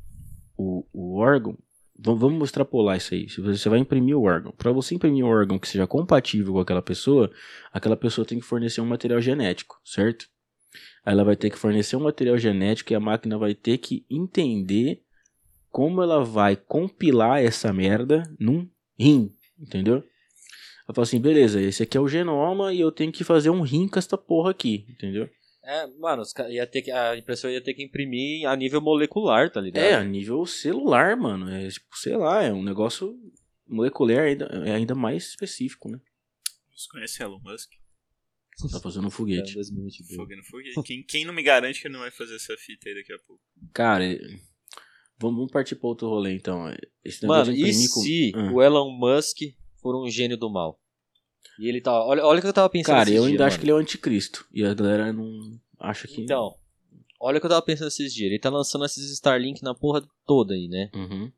[SPEAKER 3] o, o órgão. Vamos, vamos extrapolar isso aí. Se você vai imprimir o órgão. Pra você imprimir um órgão que seja compatível com aquela pessoa, aquela pessoa tem que fornecer um material genético, certo? Aí ela vai ter que fornecer um material genético e a máquina vai ter que entender como ela vai compilar essa merda num rim, entendeu? Ela fala assim, beleza, esse aqui é o genoma e eu tenho que fazer um rim com essa porra aqui, entendeu?
[SPEAKER 4] É, mano, os ca- ia ter que, a impressora ia ter que imprimir a nível molecular, tá ligado?
[SPEAKER 3] É, a nível celular, mano. É tipo, sei lá, é um negócio molecular ainda, é ainda mais específico, né?
[SPEAKER 1] Vocês conhecem Elon Musk?
[SPEAKER 3] Tá fazendo um
[SPEAKER 10] É,
[SPEAKER 3] foguete.
[SPEAKER 10] 2022.
[SPEAKER 1] Fogo no fogo. Quem, quem não me garante que ele não vai fazer essa fita aí daqui a pouco?
[SPEAKER 3] Cara, é- vamos vamos partir pra outro rolê, então. Esse negócio
[SPEAKER 4] Mano,
[SPEAKER 3] de
[SPEAKER 4] e
[SPEAKER 3] imprimir com-
[SPEAKER 4] se
[SPEAKER 3] Ah.
[SPEAKER 4] o Elon Musk for um gênio do mal? E ele tá. Olha, olha o que eu tava pensando
[SPEAKER 3] Cara,
[SPEAKER 4] esses
[SPEAKER 3] eu
[SPEAKER 4] dias,
[SPEAKER 3] ainda acho
[SPEAKER 4] mano.
[SPEAKER 3] que ele é o anticristo. E a galera não acha que...
[SPEAKER 4] Então, olha o que eu tava pensando esses dias. Ele tá lançando esses Starlink na porra toda aí, né?
[SPEAKER 3] Uhum.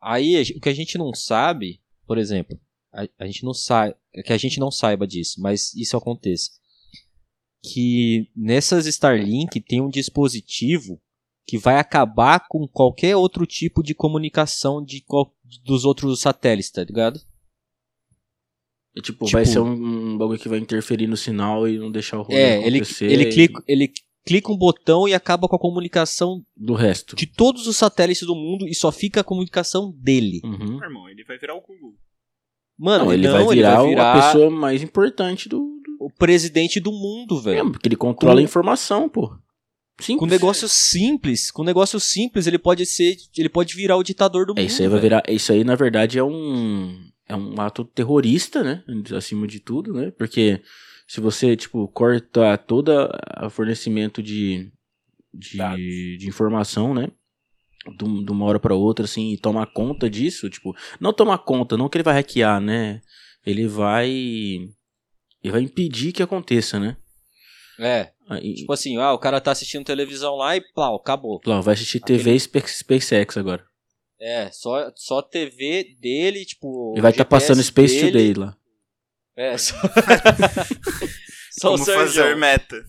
[SPEAKER 4] Aí, a gen- o que a gente não sabe, por exemplo, a, a gente não sabe, que a gente não saiba disso, mas isso acontece. Que nessas Starlink tem um dispositivo que vai acabar com qualquer outro tipo de comunicação de qual- dos outros satélites, tá ligado?
[SPEAKER 3] É tipo,
[SPEAKER 4] Tipo-
[SPEAKER 3] vai ser um, um bagulho que vai interferir no sinal e não deixar o rolê
[SPEAKER 4] É, ele,
[SPEAKER 3] acontecer.
[SPEAKER 4] ele,
[SPEAKER 3] e-
[SPEAKER 4] clica, ele clica um botão e acaba com a comunicação
[SPEAKER 3] Do resto.
[SPEAKER 4] de todos os satélites do mundo e só fica a comunicação dele.
[SPEAKER 3] Uhum.
[SPEAKER 1] Meu irmão, ele vai virar o Google.
[SPEAKER 4] Mano,
[SPEAKER 3] Não, ele,
[SPEAKER 4] não,
[SPEAKER 3] vai virar
[SPEAKER 4] ele vai virar
[SPEAKER 3] a pessoa mais importante do... do...
[SPEAKER 4] o presidente do mundo, velho.
[SPEAKER 3] É, porque ele controla
[SPEAKER 4] Com-
[SPEAKER 3] a informação, pô. Sim,
[SPEAKER 4] Com negócio simples, com negócio simples, ele pode ser, ele pode virar o ditador do
[SPEAKER 3] É,
[SPEAKER 4] mundo.
[SPEAKER 3] isso aí vai
[SPEAKER 4] velho.
[SPEAKER 3] virar. Isso aí, na verdade, é um. É um ato terrorista, né? Acima de tudo, né? Porque se você, tipo, corta todo o fornecimento de,
[SPEAKER 1] Dados.
[SPEAKER 3] de, de informação, né? De, de uma hora pra outra, assim, e tomar conta disso, tipo, não tomar conta, não que ele vai hackear, né? Ele vai. Ele vai impedir que aconteça, né?
[SPEAKER 4] É,
[SPEAKER 3] Aí-
[SPEAKER 4] tipo assim, ah, o cara tá assistindo televisão lá e plau, acabou.
[SPEAKER 3] lá, vai assistir TV Spe- SpaceX agora.
[SPEAKER 4] É, só só TV dele, tipo.
[SPEAKER 3] Ele vai
[SPEAKER 4] o
[SPEAKER 3] estar
[SPEAKER 4] GPS
[SPEAKER 3] passando Space
[SPEAKER 4] dele.
[SPEAKER 3] Today lá.
[SPEAKER 4] É, só, só o
[SPEAKER 1] Como fazer
[SPEAKER 4] Sérgio.
[SPEAKER 1] meta.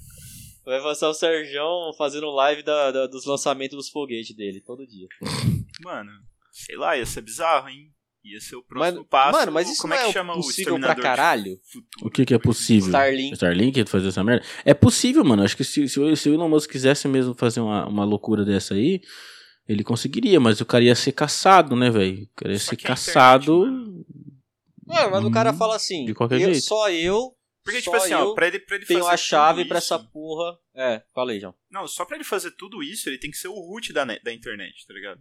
[SPEAKER 4] Vai passar o Serjão fazendo live da- da- dos lançamentos dos foguetes dele todo dia.
[SPEAKER 1] Mano, sei lá, ia ser bizarro, hein? Ia ser o próximo
[SPEAKER 4] Mano,
[SPEAKER 1] passo.
[SPEAKER 4] mano, mas isso
[SPEAKER 1] Como
[SPEAKER 4] não
[SPEAKER 1] é
[SPEAKER 4] é
[SPEAKER 1] que chama o
[SPEAKER 4] possível pra
[SPEAKER 1] exterminador de
[SPEAKER 4] caralho?
[SPEAKER 1] futuro?
[SPEAKER 3] O que que é possível?
[SPEAKER 4] Starlink.
[SPEAKER 3] Starlink fazer essa merda? É possível, mano. Acho que se, se, o- se o Elon Musk quisesse mesmo fazer uma, uma loucura dessa aí, ele conseguiria, mas o cara ia ser caçado, né, velho? O cara ia
[SPEAKER 1] Só
[SPEAKER 3] ser
[SPEAKER 1] que a internet, né?
[SPEAKER 3] caçado.
[SPEAKER 1] mano.
[SPEAKER 4] Mano, mas o cara
[SPEAKER 3] Hum,
[SPEAKER 4] fala assim,
[SPEAKER 3] de qualquer
[SPEAKER 4] eu-
[SPEAKER 3] jeito.
[SPEAKER 4] só eu
[SPEAKER 1] Porque,
[SPEAKER 4] Só
[SPEAKER 1] tipo assim, ó,
[SPEAKER 4] eu
[SPEAKER 1] pra ele, pra ele
[SPEAKER 4] tenho
[SPEAKER 1] fazer
[SPEAKER 4] a chave
[SPEAKER 1] tudo
[SPEAKER 4] pra
[SPEAKER 1] isso-
[SPEAKER 4] essa porra. É, falei, João.
[SPEAKER 1] Não, só pra ele fazer tudo isso, ele tem que ser o root da, ne- da internet, tá ligado?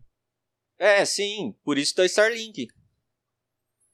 [SPEAKER 4] É, sim, por isso da Starlink.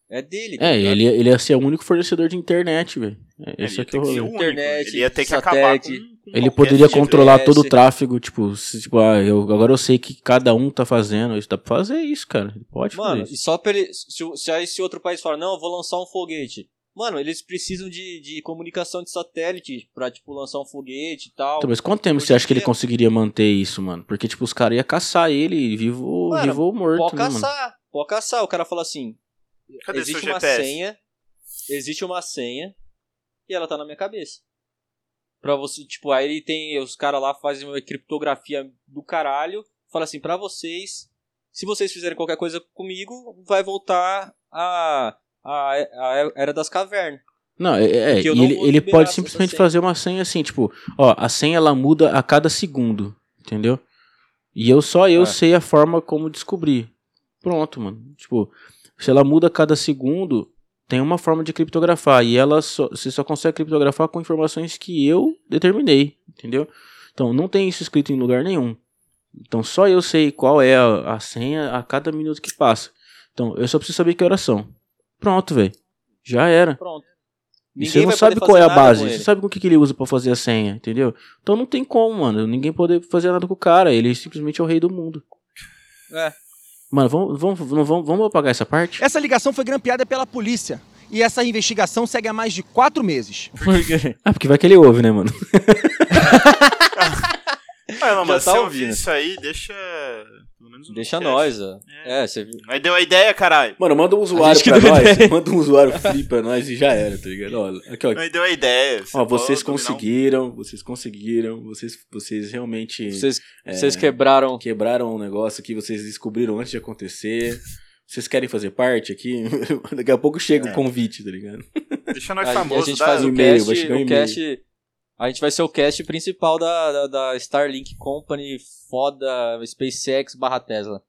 [SPEAKER 4] É dele. tá
[SPEAKER 3] É,
[SPEAKER 4] ligado?
[SPEAKER 3] ele, ia- ele ia ser o único fornecedor de internet, velho.
[SPEAKER 1] ele
[SPEAKER 3] É, Esse é
[SPEAKER 1] ia
[SPEAKER 3] que é
[SPEAKER 1] ter
[SPEAKER 3] o
[SPEAKER 1] que ser o
[SPEAKER 3] rolê.
[SPEAKER 1] único.
[SPEAKER 4] Internet,
[SPEAKER 1] Ele ia ter que
[SPEAKER 4] satélite.
[SPEAKER 1] acabar com, com
[SPEAKER 3] Ele
[SPEAKER 1] qualquer tipo
[SPEAKER 3] poderia
[SPEAKER 1] fita.
[SPEAKER 3] controlar todo o
[SPEAKER 4] GPS.
[SPEAKER 3] tráfego, tipo, se- tipo ah, eu, agora eu sei que cada um tá fazendo isso. Dá pra fazer isso, cara. Ele pode
[SPEAKER 4] Mano,
[SPEAKER 3] fazer
[SPEAKER 4] e
[SPEAKER 3] isso.
[SPEAKER 4] só pra ele. Se, o- se aí esse outro país fala, não, eu vou lançar um foguete. Mano, eles precisam de, de comunicação de satélite pra, tipo, lançar um foguete e tal.
[SPEAKER 3] Então, mas quanto tempo
[SPEAKER 4] hoje
[SPEAKER 3] você acha
[SPEAKER 4] em
[SPEAKER 3] que ele
[SPEAKER 4] dia-
[SPEAKER 3] conseguiria manter isso, mano? Porque, tipo, os caras iam caçar ele vivo,
[SPEAKER 4] Mano,
[SPEAKER 3] vivo ou morto,
[SPEAKER 4] Pode
[SPEAKER 3] né, mano?
[SPEAKER 4] caçar, pode caçar. O cara fala assim:
[SPEAKER 1] Cadê seu
[SPEAKER 4] existe uma
[SPEAKER 1] GPS?
[SPEAKER 4] senha, existe uma senha, e ela tá na minha cabeça. Pra você, tipo, aí ele tem, os caras lá fazem uma criptografia do caralho, fala assim, pra vocês, se vocês fizerem qualquer coisa comigo, vai voltar a, a, a era das cavernas.
[SPEAKER 3] Não, é, é,
[SPEAKER 10] Porque eu
[SPEAKER 3] e
[SPEAKER 10] não
[SPEAKER 3] ele,
[SPEAKER 10] vou
[SPEAKER 3] ele
[SPEAKER 10] liberar
[SPEAKER 3] pode
[SPEAKER 10] essa
[SPEAKER 3] simplesmente
[SPEAKER 10] senha.
[SPEAKER 3] fazer uma senha assim, tipo, ó, a senha ela muda a cada segundo, entendeu? E eu só eu
[SPEAKER 10] É.
[SPEAKER 3] sei a forma como descobrir. Pronto, mano. Tipo, se ela muda a cada segundo, tem uma forma de criptografar e ela só, você só consegue criptografar com informações que eu determinei, entendeu? Então não tem isso escrito em lugar nenhum. Então só eu sei qual é a, a senha a cada minuto que passa. Então eu só preciso saber que horas são. Pronto, velho. Já era.
[SPEAKER 10] Pronto.
[SPEAKER 3] E
[SPEAKER 10] Ninguém
[SPEAKER 3] você não
[SPEAKER 10] vai
[SPEAKER 3] sabe
[SPEAKER 10] poder
[SPEAKER 3] qual é a
[SPEAKER 10] fazer nada
[SPEAKER 3] base,
[SPEAKER 10] com
[SPEAKER 3] você
[SPEAKER 10] ele.
[SPEAKER 3] sabe com o que, que ele usa pra fazer a senha, entendeu? Então não tem como, mano, ninguém poder fazer nada com o cara, ele simplesmente é o rei do mundo.
[SPEAKER 10] É.
[SPEAKER 3] Mano, vamos, vamos, vamos, vamos, vamos apagar essa parte?
[SPEAKER 11] Essa ligação foi grampeada pela polícia e essa investigação segue há mais de quatro meses.
[SPEAKER 3] Ah, porque vai que ele ouve, né, mano?
[SPEAKER 1] Ah, não,
[SPEAKER 4] Já
[SPEAKER 1] mas
[SPEAKER 4] tá
[SPEAKER 1] se eu
[SPEAKER 4] ouvindo.
[SPEAKER 1] ouvir isso aí, deixa. Pelo menos um
[SPEAKER 4] Deixa
[SPEAKER 1] podcast.
[SPEAKER 4] nós, ó.
[SPEAKER 1] É.
[SPEAKER 4] É, você viu.
[SPEAKER 1] Mas deu a ideia, caralho.
[SPEAKER 3] Mano, manda um
[SPEAKER 4] A
[SPEAKER 3] usuário
[SPEAKER 4] gente que
[SPEAKER 3] pra
[SPEAKER 4] deu
[SPEAKER 3] nós,
[SPEAKER 4] ideia.
[SPEAKER 3] manda um usuário free pra nós e já era, tá ligado? Ó, aqui, ó,
[SPEAKER 1] Mas deu a ideia.
[SPEAKER 3] ó
[SPEAKER 1] pode dominar
[SPEAKER 3] vocês
[SPEAKER 1] um-
[SPEAKER 3] conseguiram, vocês conseguiram, vocês, vocês realmente
[SPEAKER 4] Vocês,
[SPEAKER 3] É.
[SPEAKER 4] vocês quebraram.
[SPEAKER 3] quebraram um negócio que vocês descobriram antes de acontecer. Vocês querem fazer parte aqui? Daqui a pouco chega o convite, tá ligado?
[SPEAKER 1] Deixa
[SPEAKER 4] A,
[SPEAKER 1] nós
[SPEAKER 4] gente-
[SPEAKER 1] famosos.
[SPEAKER 4] a gente
[SPEAKER 1] dá-
[SPEAKER 4] faz o
[SPEAKER 3] e-mail,
[SPEAKER 4] cast,
[SPEAKER 3] vai chegar um
[SPEAKER 4] o
[SPEAKER 3] e-mail.
[SPEAKER 4] cast. A gente vai ser o cast principal da, da, da Starlink Company foda SpaceX barra Tesla.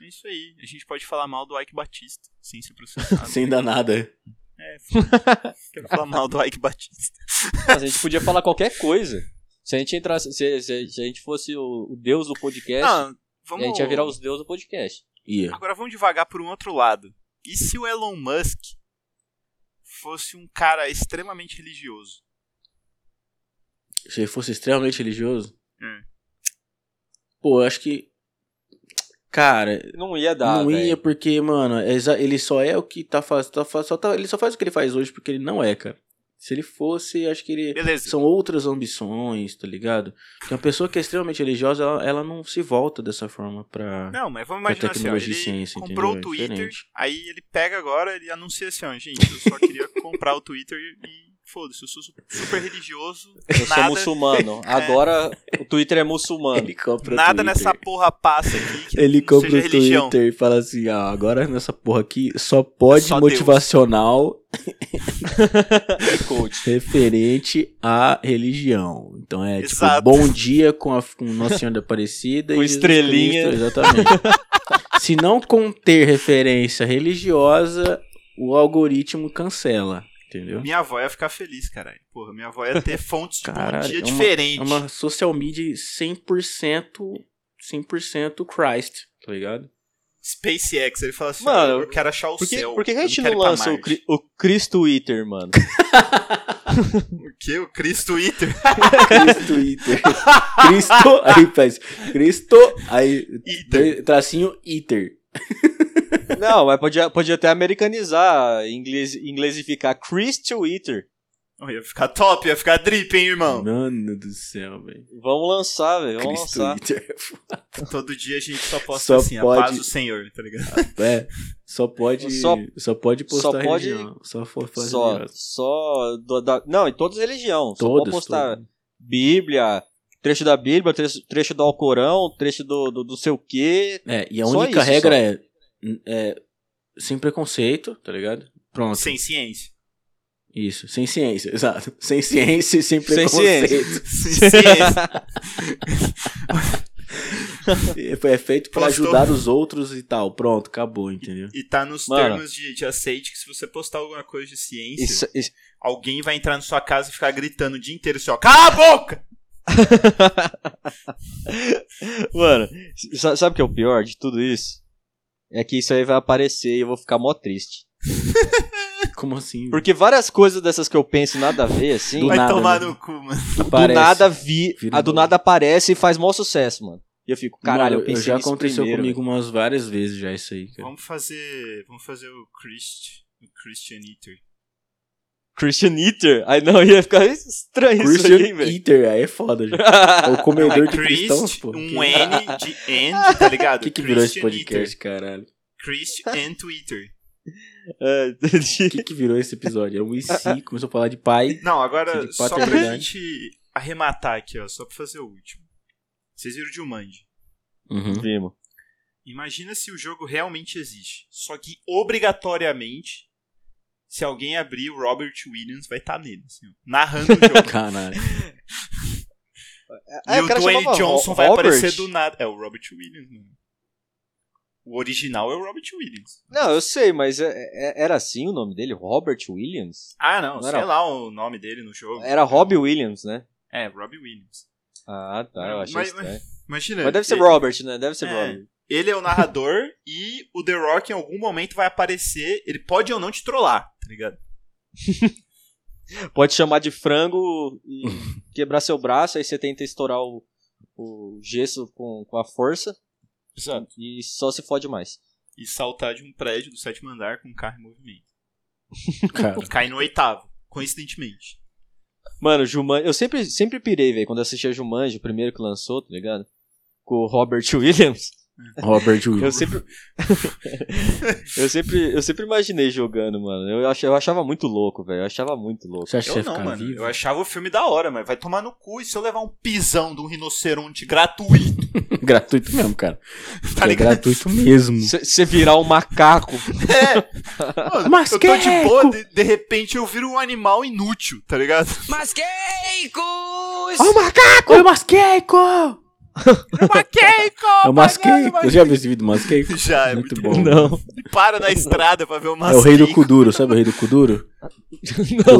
[SPEAKER 1] É isso aí. A gente pode falar mal do Ike Batista, sem ser processado.
[SPEAKER 3] Sem dar nada.
[SPEAKER 1] Quero falar mal do Ike Batista.
[SPEAKER 4] Mas a gente podia falar qualquer coisa. Se a gente entrasse. Se, se- se a gente fosse o, o deus do
[SPEAKER 3] É,
[SPEAKER 4] podcast,
[SPEAKER 1] Não,
[SPEAKER 4] a
[SPEAKER 1] vamos.
[SPEAKER 4] gente ia virar os deuses do podcast.
[SPEAKER 3] Ia.
[SPEAKER 1] Agora vamos devagar por um outro lado. E se o Elon Musk fosse um cara extremamente religioso?
[SPEAKER 3] Se ele fosse extremamente religioso.
[SPEAKER 1] Hum.
[SPEAKER 3] Pô, eu acho que. Cara,
[SPEAKER 4] Não ia dar.
[SPEAKER 3] não
[SPEAKER 4] velho.
[SPEAKER 3] ia porque, mano, é exa- ele só é o que tá fazendo. só tá- ele só faz o que ele faz hoje porque ele não é, cara. Se ele fosse, acho que ele.
[SPEAKER 1] Beleza.
[SPEAKER 3] São outras ambições, tá ligado? Porque uma pessoa que é extremamente religiosa, ela, ela não se volta dessa forma pra.
[SPEAKER 1] Não, mas vamos
[SPEAKER 3] Pra
[SPEAKER 1] imaginar assim, ó,
[SPEAKER 3] tecnologia
[SPEAKER 1] ele
[SPEAKER 3] e ciência,
[SPEAKER 1] comprou
[SPEAKER 3] entendeu?
[SPEAKER 1] o
[SPEAKER 3] É
[SPEAKER 1] Twitter,
[SPEAKER 3] diferente.
[SPEAKER 1] aí ele pega agora e anuncia assim, ó, gente, eu só queria comprar o Twitter e foda-se, eu sou su- super religioso,
[SPEAKER 4] Eu sou
[SPEAKER 1] nada, É.
[SPEAKER 4] muçulmano. Agora o Twitter é muçulmano.
[SPEAKER 3] Ele compra o
[SPEAKER 1] nada
[SPEAKER 3] Twitter.
[SPEAKER 1] nessa porra passa aqui que
[SPEAKER 3] Ele
[SPEAKER 1] não
[SPEAKER 3] compra
[SPEAKER 1] seja
[SPEAKER 3] o
[SPEAKER 1] religião.
[SPEAKER 3] Twitter e fala assim: ah, agora nessa porra aqui só pode
[SPEAKER 1] Só Deus.
[SPEAKER 3] motivacional
[SPEAKER 4] Coach.
[SPEAKER 3] referente à religião. Então é
[SPEAKER 1] Exato.
[SPEAKER 3] tipo, bom dia com, a, com Nossa Senhora Aparecida
[SPEAKER 4] Com
[SPEAKER 3] Jesus
[SPEAKER 4] estrelinha.
[SPEAKER 3] Cristo, exatamente. Se não conter referência religiosa, o algoritmo cancela, entendeu? É
[SPEAKER 1] Minha avó ia ficar feliz, caralho. Porra, minha avó ia ter fontes de bom
[SPEAKER 3] Caralho,
[SPEAKER 1] dia
[SPEAKER 3] é uma-
[SPEAKER 1] diferente.
[SPEAKER 3] É uma social media 100%, 100% Christ, tá ligado?
[SPEAKER 1] SpaceX, ele fala assim,
[SPEAKER 4] Mano,
[SPEAKER 1] ó, eu quero achar o
[SPEAKER 4] Por que,
[SPEAKER 1] céu.
[SPEAKER 4] por que que a
[SPEAKER 1] eu
[SPEAKER 4] gente
[SPEAKER 1] quero
[SPEAKER 4] não
[SPEAKER 1] ir pra
[SPEAKER 4] lança o,
[SPEAKER 1] Marte.
[SPEAKER 4] Cri- o Chris Twitter, mano?
[SPEAKER 1] O quê? O Cristo Twitter?
[SPEAKER 3] Cristo Twitter. Cristo, aí faz Cristo, aí
[SPEAKER 1] Iter.
[SPEAKER 3] tracinho Iter.
[SPEAKER 4] Não, mas podia, podia até americanizar, inglês, inglesificar Chris Twitter.
[SPEAKER 1] Ó, ia ficar top, ia ficar drip, hein, irmão?
[SPEAKER 3] Mano do céu, velho.
[SPEAKER 4] Vamos lançar, velho, vamos
[SPEAKER 3] Cristo
[SPEAKER 4] lançar.
[SPEAKER 3] Twitter.
[SPEAKER 1] Todo dia a gente só posta
[SPEAKER 3] Só
[SPEAKER 1] assim, a paz
[SPEAKER 3] pode-
[SPEAKER 1] do Senhor, tá ligado?
[SPEAKER 3] É, só pode,
[SPEAKER 4] Só-
[SPEAKER 3] só, pode postar
[SPEAKER 4] só pode-
[SPEAKER 3] religião. Só for fazer
[SPEAKER 4] Só, só do- da- não, em todas as religiões. Só pode
[SPEAKER 3] Todas,
[SPEAKER 4] postar Bíblia, trecho da Bíblia, trecho, trecho do Alcorão, trecho do, do, do seu quê.
[SPEAKER 3] É, e a
[SPEAKER 4] Só
[SPEAKER 3] única
[SPEAKER 4] isso,
[SPEAKER 3] regra é, é sem preconceito, tá ligado? Pronto.
[SPEAKER 4] assim?
[SPEAKER 1] Sem ciência.
[SPEAKER 3] Isso, sem ciência, exato. Sem ciência e sem
[SPEAKER 4] Sem
[SPEAKER 3] preconceito.
[SPEAKER 1] Sem ciência.
[SPEAKER 3] É feito pra
[SPEAKER 1] Postou.
[SPEAKER 3] ajudar os outros e tal. Pronto, acabou, entendeu?
[SPEAKER 1] E tá nos
[SPEAKER 4] Mano.
[SPEAKER 1] termos de, de aceite que se você postar alguma coisa de ciência,
[SPEAKER 4] Isso, isso-
[SPEAKER 1] alguém vai entrar na sua casa e ficar gritando o dia inteiro assim, ó, cala a boca!
[SPEAKER 4] Mano, sa- sabe o que é o pior de tudo isso? É que isso aí vai aparecer e eu vou ficar mó triste.
[SPEAKER 3] Como assim?
[SPEAKER 4] Porque várias coisas dessas que eu penso nada a ver, assim,
[SPEAKER 3] Do
[SPEAKER 1] vai
[SPEAKER 3] nada,
[SPEAKER 1] tomar
[SPEAKER 3] né?
[SPEAKER 1] no cu, mano.
[SPEAKER 3] Aparece.
[SPEAKER 4] do nada vi,
[SPEAKER 3] Vira
[SPEAKER 4] a do
[SPEAKER 3] bola.
[SPEAKER 4] nada aparece e faz mó sucesso, mano. E eu fico, caralho,
[SPEAKER 3] Mano,
[SPEAKER 4] eu pensei
[SPEAKER 3] já
[SPEAKER 4] nisso
[SPEAKER 3] aconteceu
[SPEAKER 4] primeiro,
[SPEAKER 3] comigo umas várias vezes já isso aí, cara.
[SPEAKER 1] Vamos fazer. Vamos fazer o Christ. O Christian Eater.
[SPEAKER 4] velho. Christian Eater. Aí não, ia ficar estranho isso aí,
[SPEAKER 3] Christian
[SPEAKER 4] velho.
[SPEAKER 3] Eater, aí é foda, já. É o comedor de cristãos,
[SPEAKER 1] Christ,
[SPEAKER 3] pô.
[SPEAKER 1] um N de end, tá
[SPEAKER 3] O
[SPEAKER 1] ligado?
[SPEAKER 3] que, que virou esse
[SPEAKER 1] Christian Eater.
[SPEAKER 3] podcast, caralho?
[SPEAKER 1] Christ and Twitter.
[SPEAKER 4] É,
[SPEAKER 3] O
[SPEAKER 4] entendi.
[SPEAKER 3] que, que virou esse episódio? É um IC, começou a falar de pai.
[SPEAKER 1] Não, agora,
[SPEAKER 3] De é
[SPEAKER 1] só pra
[SPEAKER 3] paternidade.
[SPEAKER 1] gente arrematar aqui, ó, só pra fazer o último. Vocês viram o Jumanji.
[SPEAKER 3] Uhum.
[SPEAKER 4] Primo.
[SPEAKER 1] Imagina se o jogo realmente existe. Só que obrigatoriamente Se alguém abrir, o Robert Williams vai estar nele, assim, ó, narrando o jogo.
[SPEAKER 3] Caralho.
[SPEAKER 10] É,
[SPEAKER 3] É,
[SPEAKER 1] e o Dwayne
[SPEAKER 10] chamava
[SPEAKER 1] Johnson
[SPEAKER 10] Ro-
[SPEAKER 1] vai
[SPEAKER 10] Robert?
[SPEAKER 1] aparecer do nada. É o Robert Williams, mano. O original é o Robert Williams.
[SPEAKER 4] Não, eu sei, mas é- é- era assim o nome dele? Robert Williams?
[SPEAKER 1] Ah, não,
[SPEAKER 4] Não
[SPEAKER 1] sei
[SPEAKER 4] era-
[SPEAKER 1] lá o nome dele no jogo.
[SPEAKER 3] É.
[SPEAKER 4] Era Rob Williams, né?
[SPEAKER 1] É, Robbie Williams.
[SPEAKER 4] Ah, tá, eu achei
[SPEAKER 1] Mas-
[SPEAKER 4] estranho. Mas,
[SPEAKER 1] Imagina.
[SPEAKER 4] deve ser
[SPEAKER 1] ele-
[SPEAKER 4] Robert, né? Deve ser
[SPEAKER 1] É.
[SPEAKER 4] Robert.
[SPEAKER 1] Ele é o narrador e o The Rock em algum momento vai aparecer. Ele pode ou não te trollar, tá ligado?
[SPEAKER 4] Pode chamar de frango e quebrar seu braço, aí você tenta estourar o, o gesso com, com a força
[SPEAKER 1] Exato.
[SPEAKER 4] e só se fode mais.
[SPEAKER 1] E saltar de um prédio do sétimo andar com um carro em movimento.
[SPEAKER 3] Cara.
[SPEAKER 1] Cai no oitavo, coincidentemente.
[SPEAKER 4] Mano, Jumanji, eu sempre, sempre pirei, velho, quando assisti a Jumanji, o primeiro que lançou, tá ligado? Com o Robert Williams.
[SPEAKER 3] Robert Williams.
[SPEAKER 4] Eu sempre. eu sempre. Eu sempre imaginei jogando, mano. Eu achava, eu achava muito louco, velho. Eu achava muito louco.
[SPEAKER 3] Você acha que
[SPEAKER 1] Eu
[SPEAKER 3] você
[SPEAKER 1] não,
[SPEAKER 3] ia ficar
[SPEAKER 1] mano.
[SPEAKER 3] vivo?
[SPEAKER 1] Eu achava o filme da hora, mas vai tomar no cu. E se eu levar um pisão de um rinoceronte gratuito,
[SPEAKER 3] gratuito mesmo, cara.
[SPEAKER 1] tá
[SPEAKER 3] é
[SPEAKER 1] ligado?
[SPEAKER 3] gratuito mesmo.
[SPEAKER 4] Você virar um macaco.
[SPEAKER 1] Mano,
[SPEAKER 3] Mas
[SPEAKER 1] eu tô de
[SPEAKER 3] que-
[SPEAKER 1] boa, de, de repente eu viro um animal inútil, tá ligado?
[SPEAKER 3] Ó o macaco! É o masqueico! É o masqueico! Você já viu esse vídeo do masqueico?
[SPEAKER 1] Já, é muito, bom.
[SPEAKER 3] Muito bom.
[SPEAKER 4] Não.
[SPEAKER 1] Para na estrada pra ver o
[SPEAKER 3] é o rei do
[SPEAKER 1] masqueico.
[SPEAKER 3] Kuduro, sabe o rei do Kuduro?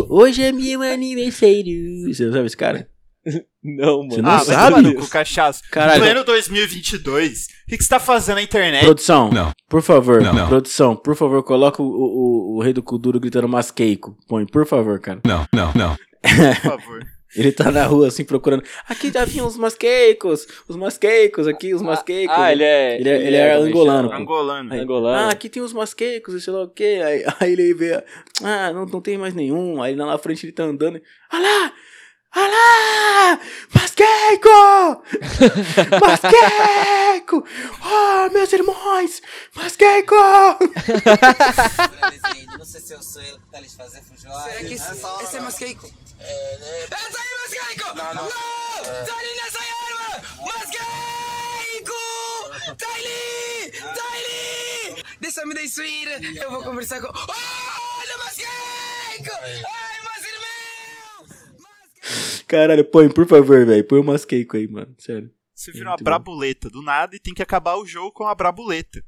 [SPEAKER 3] O- Hoje é meu aniversário. Você não sabe esse cara?
[SPEAKER 4] Não, mano.
[SPEAKER 3] Você
[SPEAKER 1] Ah,
[SPEAKER 3] não
[SPEAKER 1] mas
[SPEAKER 3] sabe?
[SPEAKER 1] mano, com o cachaço.
[SPEAKER 3] Caralho.
[SPEAKER 1] Pleno 2022. O que, que você tá fazendo na
[SPEAKER 4] É?
[SPEAKER 1] internet?
[SPEAKER 3] Produção, por favor, produção, por favor, coloca o, o- o- o rei do Kuduro gritando masqueico. Põe, por favor, cara.
[SPEAKER 1] Por favor.
[SPEAKER 3] Ele tá na rua assim procurando. Aqui já vinham os masqueicos, os masqueicos, aqui os masqueicos.
[SPEAKER 4] Ah, ele é.
[SPEAKER 3] Ele é- ele é
[SPEAKER 4] como que
[SPEAKER 3] angolano,
[SPEAKER 4] chama?
[SPEAKER 1] Angolano.
[SPEAKER 3] Aí,
[SPEAKER 4] Angolano.
[SPEAKER 3] Ah, aqui tem uns masqueicos, e sei lá o quê. Aí, aí ele vê, ah, não, não tem mais nenhum. Aí lá na frente ele tá andando. e, Ah lá! Ah lá! Masqueico! Masqueico! Ah, meus irmãos! Masqueico!
[SPEAKER 12] Não sei se eu sou ele que tá lhes fazendo feijoada. Será que esse, esse é Mascaico? É, né? Essa aí, Mascaico! Não, não. Não! Tá ali nessa arma! Mascaico! Tá ali! Tá ali! Deixa me deixar ir. Eu vou conversar com... Olha, Mascaico! Ai, mas irmão!
[SPEAKER 3] Caralho, põe, por favor, velho. Põe o masqueico aí, mano. Sério.
[SPEAKER 1] Você vira uma
[SPEAKER 3] Muito bom.
[SPEAKER 1] brabuleta do nada e tem que acabar o jogo com a brabuleta.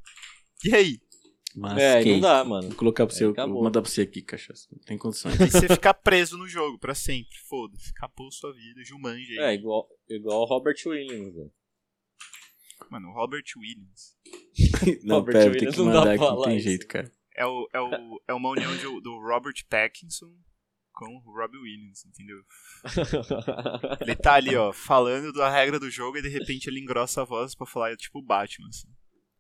[SPEAKER 1] E aí?
[SPEAKER 4] É,
[SPEAKER 3] Masqueico.
[SPEAKER 4] não dá, mano.
[SPEAKER 3] Vou colocar pra você,
[SPEAKER 4] É,
[SPEAKER 3] eu
[SPEAKER 4] acabou.
[SPEAKER 3] vou mandar pra você aqui, cachaça. Não tem condições.
[SPEAKER 1] Aí você fica preso no jogo pra sempre. Foda-se. Acabou sua vida. Jumanji aí.
[SPEAKER 4] É, igual, igual o Robert Williams, velho.
[SPEAKER 1] Mano, Robert Williams.
[SPEAKER 3] não,
[SPEAKER 4] Robert
[SPEAKER 3] pera, tem
[SPEAKER 4] Williams
[SPEAKER 3] que
[SPEAKER 4] não dá
[SPEAKER 3] mandar
[SPEAKER 4] pra
[SPEAKER 3] aqui, não
[SPEAKER 4] falar
[SPEAKER 3] tem
[SPEAKER 4] isso.
[SPEAKER 3] jeito, cara.
[SPEAKER 1] É, o, é, o, é uma união de- do Robert Pattinson com o Robbie Williams, entendeu? Ele tá ali, ó, falando da regra do jogo e de repente ele engrossa a voz pra falar, tipo, o Batman, assim.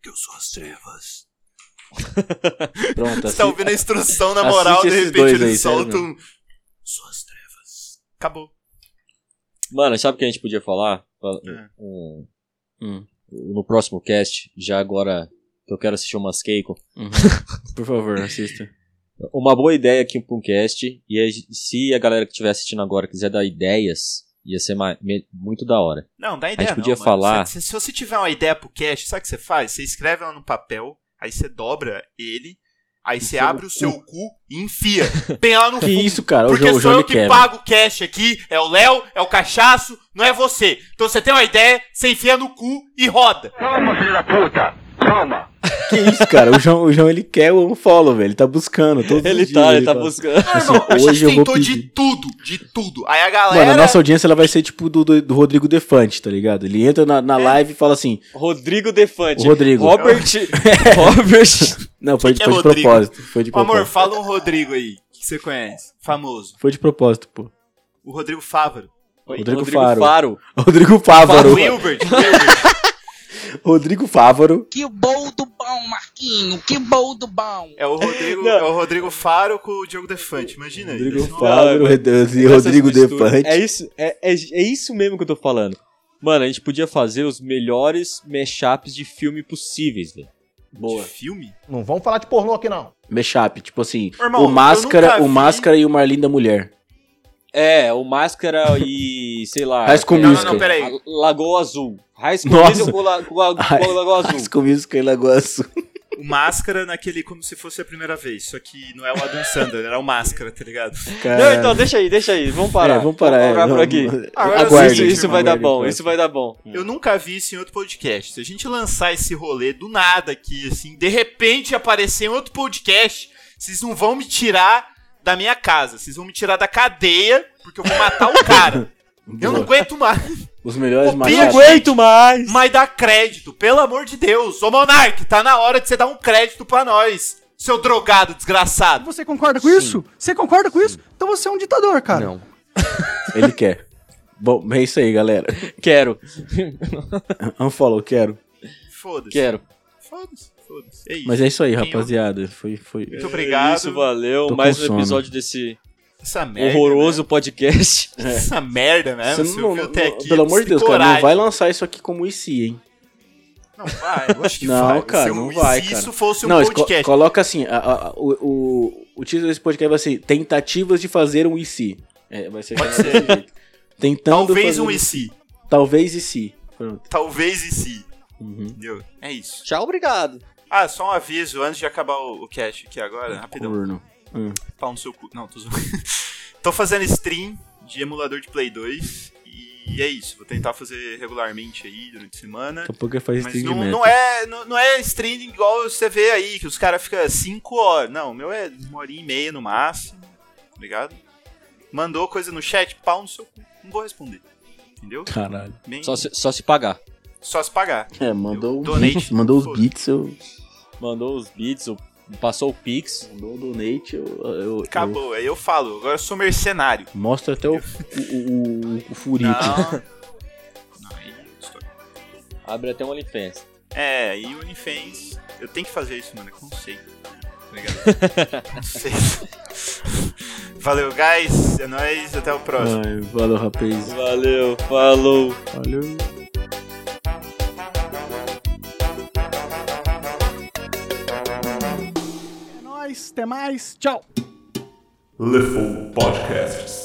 [SPEAKER 1] Que eu sou as trevas.
[SPEAKER 3] Pronto,
[SPEAKER 1] Você
[SPEAKER 3] assim,
[SPEAKER 1] tá ouvindo a instrução na moral,
[SPEAKER 3] assiste
[SPEAKER 1] de
[SPEAKER 3] esses
[SPEAKER 1] repente
[SPEAKER 3] dois
[SPEAKER 1] ele
[SPEAKER 3] aí, sério
[SPEAKER 1] solta um. Sou as trevas. Acabou.
[SPEAKER 4] Mano, sabe o que a gente podia falar? Fala-
[SPEAKER 1] É.
[SPEAKER 4] um-
[SPEAKER 3] Hum.
[SPEAKER 4] No próximo cast, já agora que eu quero assistir o Mascaico.
[SPEAKER 3] Uhum. Por favor, assista.
[SPEAKER 4] Uma boa ideia aqui para um cast. E a gen- se a galera que estiver assistindo agora quiser dar ideias, ia ser ma- me- muito da hora.
[SPEAKER 1] Não, dá ideia.
[SPEAKER 4] gente podia
[SPEAKER 1] não, mano.
[SPEAKER 4] falar-
[SPEAKER 1] Se, se você tiver uma ideia pro cast, sabe o que você faz? Você escreve ela no papel, aí você dobra ele, aí você abre o seu cu. e enfia. Bem lá no
[SPEAKER 3] Que
[SPEAKER 1] fundo.
[SPEAKER 3] isso, cara? O
[SPEAKER 1] Porque
[SPEAKER 3] João, o né?
[SPEAKER 1] sou
[SPEAKER 3] João
[SPEAKER 1] eu
[SPEAKER 3] me
[SPEAKER 1] que
[SPEAKER 3] quebra.
[SPEAKER 1] pago o cash aqui, é o Léo, é o cachaço, não é você. Então você tem uma ideia, você enfia no cu e roda.
[SPEAKER 3] Que isso, cara? O João, o João ele quer o unfollow, velho. Ele tá buscando. Todos
[SPEAKER 4] Ele
[SPEAKER 3] os dias,
[SPEAKER 4] tá, ele tá
[SPEAKER 3] fala-
[SPEAKER 4] buscando.
[SPEAKER 1] Ah, irmão, a
[SPEAKER 3] hoje
[SPEAKER 1] gente
[SPEAKER 3] eu vou
[SPEAKER 1] tentou de
[SPEAKER 3] pedir.
[SPEAKER 1] tudo, de tudo. Aí a galera.
[SPEAKER 3] Mano, a nossa audiência ela vai ser tipo do, do, do Rodrigo Defante, tá ligado? Ele entra na, na live e fala assim:
[SPEAKER 4] Rodrigo Defante.
[SPEAKER 3] Rodrigo.
[SPEAKER 4] É. Robert. Robert.
[SPEAKER 3] Não, foi,
[SPEAKER 1] que é
[SPEAKER 3] foi de
[SPEAKER 1] Rodrigo?
[SPEAKER 3] propósito. Foi de
[SPEAKER 1] Ô, Amor,
[SPEAKER 3] propósito.
[SPEAKER 1] fala um Rodrigo aí, que você conhece, famoso.
[SPEAKER 3] Foi de propósito, pô.
[SPEAKER 1] O Rodrigo Fávaro.
[SPEAKER 3] Rodrigo Faro.
[SPEAKER 4] Faro.
[SPEAKER 3] Rodrigo Fávaro.
[SPEAKER 1] O Wilbert. Wilbert.
[SPEAKER 3] Rodrigo Fávaro.
[SPEAKER 12] Que bom do bom, Marquinho! Que bom do bom!
[SPEAKER 1] É o Rodrigo,
[SPEAKER 4] Não.
[SPEAKER 1] é o Rodrigo Faro com o Diogo Defante, imagina aí.
[SPEAKER 3] Rodrigo
[SPEAKER 1] Esse nome-
[SPEAKER 3] Fávaro. Red-
[SPEAKER 4] Essas
[SPEAKER 3] Rodrigo
[SPEAKER 4] misturas.
[SPEAKER 3] Defante.
[SPEAKER 4] É isso, é, é, é isso mesmo que eu tô falando. Mano, a gente podia fazer os melhores mashups de filme possíveis, velho.
[SPEAKER 1] De filme?
[SPEAKER 5] Não vamos falar de pornô aqui, não.
[SPEAKER 3] Mashup, tipo assim,
[SPEAKER 1] Ô, irmão,
[SPEAKER 3] o Máscara,
[SPEAKER 1] eu
[SPEAKER 3] o
[SPEAKER 1] nunca
[SPEAKER 3] Máscara e o Marlin da Mulher.
[SPEAKER 4] É, o Máscara e, sei lá...
[SPEAKER 3] High School
[SPEAKER 1] Não, não,
[SPEAKER 3] Musical.
[SPEAKER 1] não, peraí.
[SPEAKER 4] A- Lagoa Azul. High School
[SPEAKER 3] Nossa.
[SPEAKER 4] Musical com, la, com, a- com a Lagoa
[SPEAKER 3] High
[SPEAKER 4] Azul.
[SPEAKER 3] School Musical e Lagoa Azul.
[SPEAKER 1] o Máscara naquele como se fosse a primeira vez. Só que não é o Adam Sandler, era o Máscara, tá ligado?
[SPEAKER 3] Cara,
[SPEAKER 10] Não, então, deixa aí, deixa aí. Vamos parar.
[SPEAKER 3] É, vamos parar, é,
[SPEAKER 10] por
[SPEAKER 3] vamos-
[SPEAKER 10] aqui.
[SPEAKER 1] Agora
[SPEAKER 3] Aguarde.
[SPEAKER 10] isso, isso vai dar
[SPEAKER 3] Aguarde,
[SPEAKER 10] bom,
[SPEAKER 3] aguarde.
[SPEAKER 10] isso vai dar bom.
[SPEAKER 4] É.
[SPEAKER 1] Eu nunca vi isso em outro podcast. Se a gente lançar esse rolê do nada aqui, assim, de repente aparecer em outro podcast, vocês não vão me tirar da minha casa. Vocês vão me tirar da cadeia, porque eu vou matar o cara. Eu não aguento mais.
[SPEAKER 3] Os melhores
[SPEAKER 1] Pô,
[SPEAKER 10] Não
[SPEAKER 1] Piada.
[SPEAKER 3] machados.
[SPEAKER 10] aguento mais!
[SPEAKER 1] Mas dá crédito, pelo amor de Deus. Ô Monark, tá na hora de você dar um crédito pra nós, seu drogado desgraçado.
[SPEAKER 13] Você concorda com isso? Você concorda com isso? Então você é um ditador, cara.
[SPEAKER 4] Não.
[SPEAKER 3] Ele quer. Bom, é isso aí, galera.
[SPEAKER 10] Quero,
[SPEAKER 3] Unfollow, quero.
[SPEAKER 1] Foda-se.
[SPEAKER 10] quero.
[SPEAKER 1] Foda-se, foda-se. É isso.
[SPEAKER 3] é? Mas é isso aí,
[SPEAKER 1] Quem-
[SPEAKER 3] rapaziada. Foi, foi.
[SPEAKER 1] Muito obrigado.
[SPEAKER 10] É Isso, valeu.
[SPEAKER 3] Tô com
[SPEAKER 10] Mais um
[SPEAKER 3] sono.
[SPEAKER 10] episódio desse
[SPEAKER 1] Essa merda.
[SPEAKER 10] horroroso podcast.
[SPEAKER 1] né? Essa merda, né?
[SPEAKER 3] Você
[SPEAKER 1] Você
[SPEAKER 3] não-
[SPEAKER 1] ouviu até
[SPEAKER 3] não-
[SPEAKER 1] aqui.
[SPEAKER 3] pelo amor
[SPEAKER 1] você
[SPEAKER 3] de
[SPEAKER 1] tem
[SPEAKER 3] Deus, cara, não
[SPEAKER 1] coragem.
[SPEAKER 3] vai lançar isso aqui como IC, hein?
[SPEAKER 1] Não vai, eu acho que
[SPEAKER 3] Não,
[SPEAKER 1] vai.
[SPEAKER 3] cara,
[SPEAKER 1] se eu-
[SPEAKER 3] não vai,
[SPEAKER 1] Se
[SPEAKER 3] cara.
[SPEAKER 1] isso fosse um
[SPEAKER 3] não, esco-
[SPEAKER 1] podcast.
[SPEAKER 3] coloca assim: a- a- a- o, o, o título desse podcast vai ser Tentativas de fazer um IC. É, vai ser.
[SPEAKER 1] Pode
[SPEAKER 3] chamado
[SPEAKER 1] ser.
[SPEAKER 3] desse jeito. Tentando.
[SPEAKER 1] Talvez
[SPEAKER 3] fazer
[SPEAKER 1] um e se.
[SPEAKER 3] Talvez IC. Pronto.
[SPEAKER 1] Talvez e se.
[SPEAKER 3] Uhum.
[SPEAKER 1] Entendeu? É isso.
[SPEAKER 10] Tchau, obrigado.
[SPEAKER 1] Ah, só um aviso antes de acabar o, o cast aqui agora, rapidão.
[SPEAKER 3] Corno.
[SPEAKER 1] Pau no seu cu. Não, tô zoando. tô fazendo stream de emulador de Play 2. E é isso. Vou tentar fazer regularmente aí durante a semana.
[SPEAKER 3] Daqui a pouco ele faz
[SPEAKER 1] Mas
[SPEAKER 3] stream
[SPEAKER 1] não,
[SPEAKER 3] de
[SPEAKER 1] não
[SPEAKER 3] meta.
[SPEAKER 1] é, não, não é stream igual você vê aí, que os caras ficam 5 horas. Não, o meu é uma hora e meia no máximo. tá Ligado? Mandou coisa no chat, pau no seu cu. Não vou responder. Entendeu?
[SPEAKER 3] Caralho.
[SPEAKER 1] Bem-
[SPEAKER 10] Só se, só se pagar.
[SPEAKER 1] só se pagar.
[SPEAKER 3] É, mandou,
[SPEAKER 1] Eu-
[SPEAKER 3] o
[SPEAKER 1] donate.
[SPEAKER 3] beat- mandou os
[SPEAKER 1] Foda-se.
[SPEAKER 3] beats, eu.
[SPEAKER 10] Mandou os beats, o- passou o pix.
[SPEAKER 3] Mandou o donate, eu. eu- eu-
[SPEAKER 1] Acabou. Aí eu falo, agora eu sou mercenário.
[SPEAKER 3] Mostra até o, o, o, o furito.
[SPEAKER 1] Não. Não, aí eu estou-
[SPEAKER 10] Abre até um OnlyFans.
[SPEAKER 1] É, e o OnlyFans. Eu tenho que fazer isso, mano. É conceito. Tá Obrigado. conceito. Valeu, guys. É nóis. Até o próximo.
[SPEAKER 3] Ai, valeu, rapaz.
[SPEAKER 10] Valeu, falou.
[SPEAKER 3] Valeu.
[SPEAKER 13] É nóis, até mais, tchau.
[SPEAKER 14] Little Podcasts.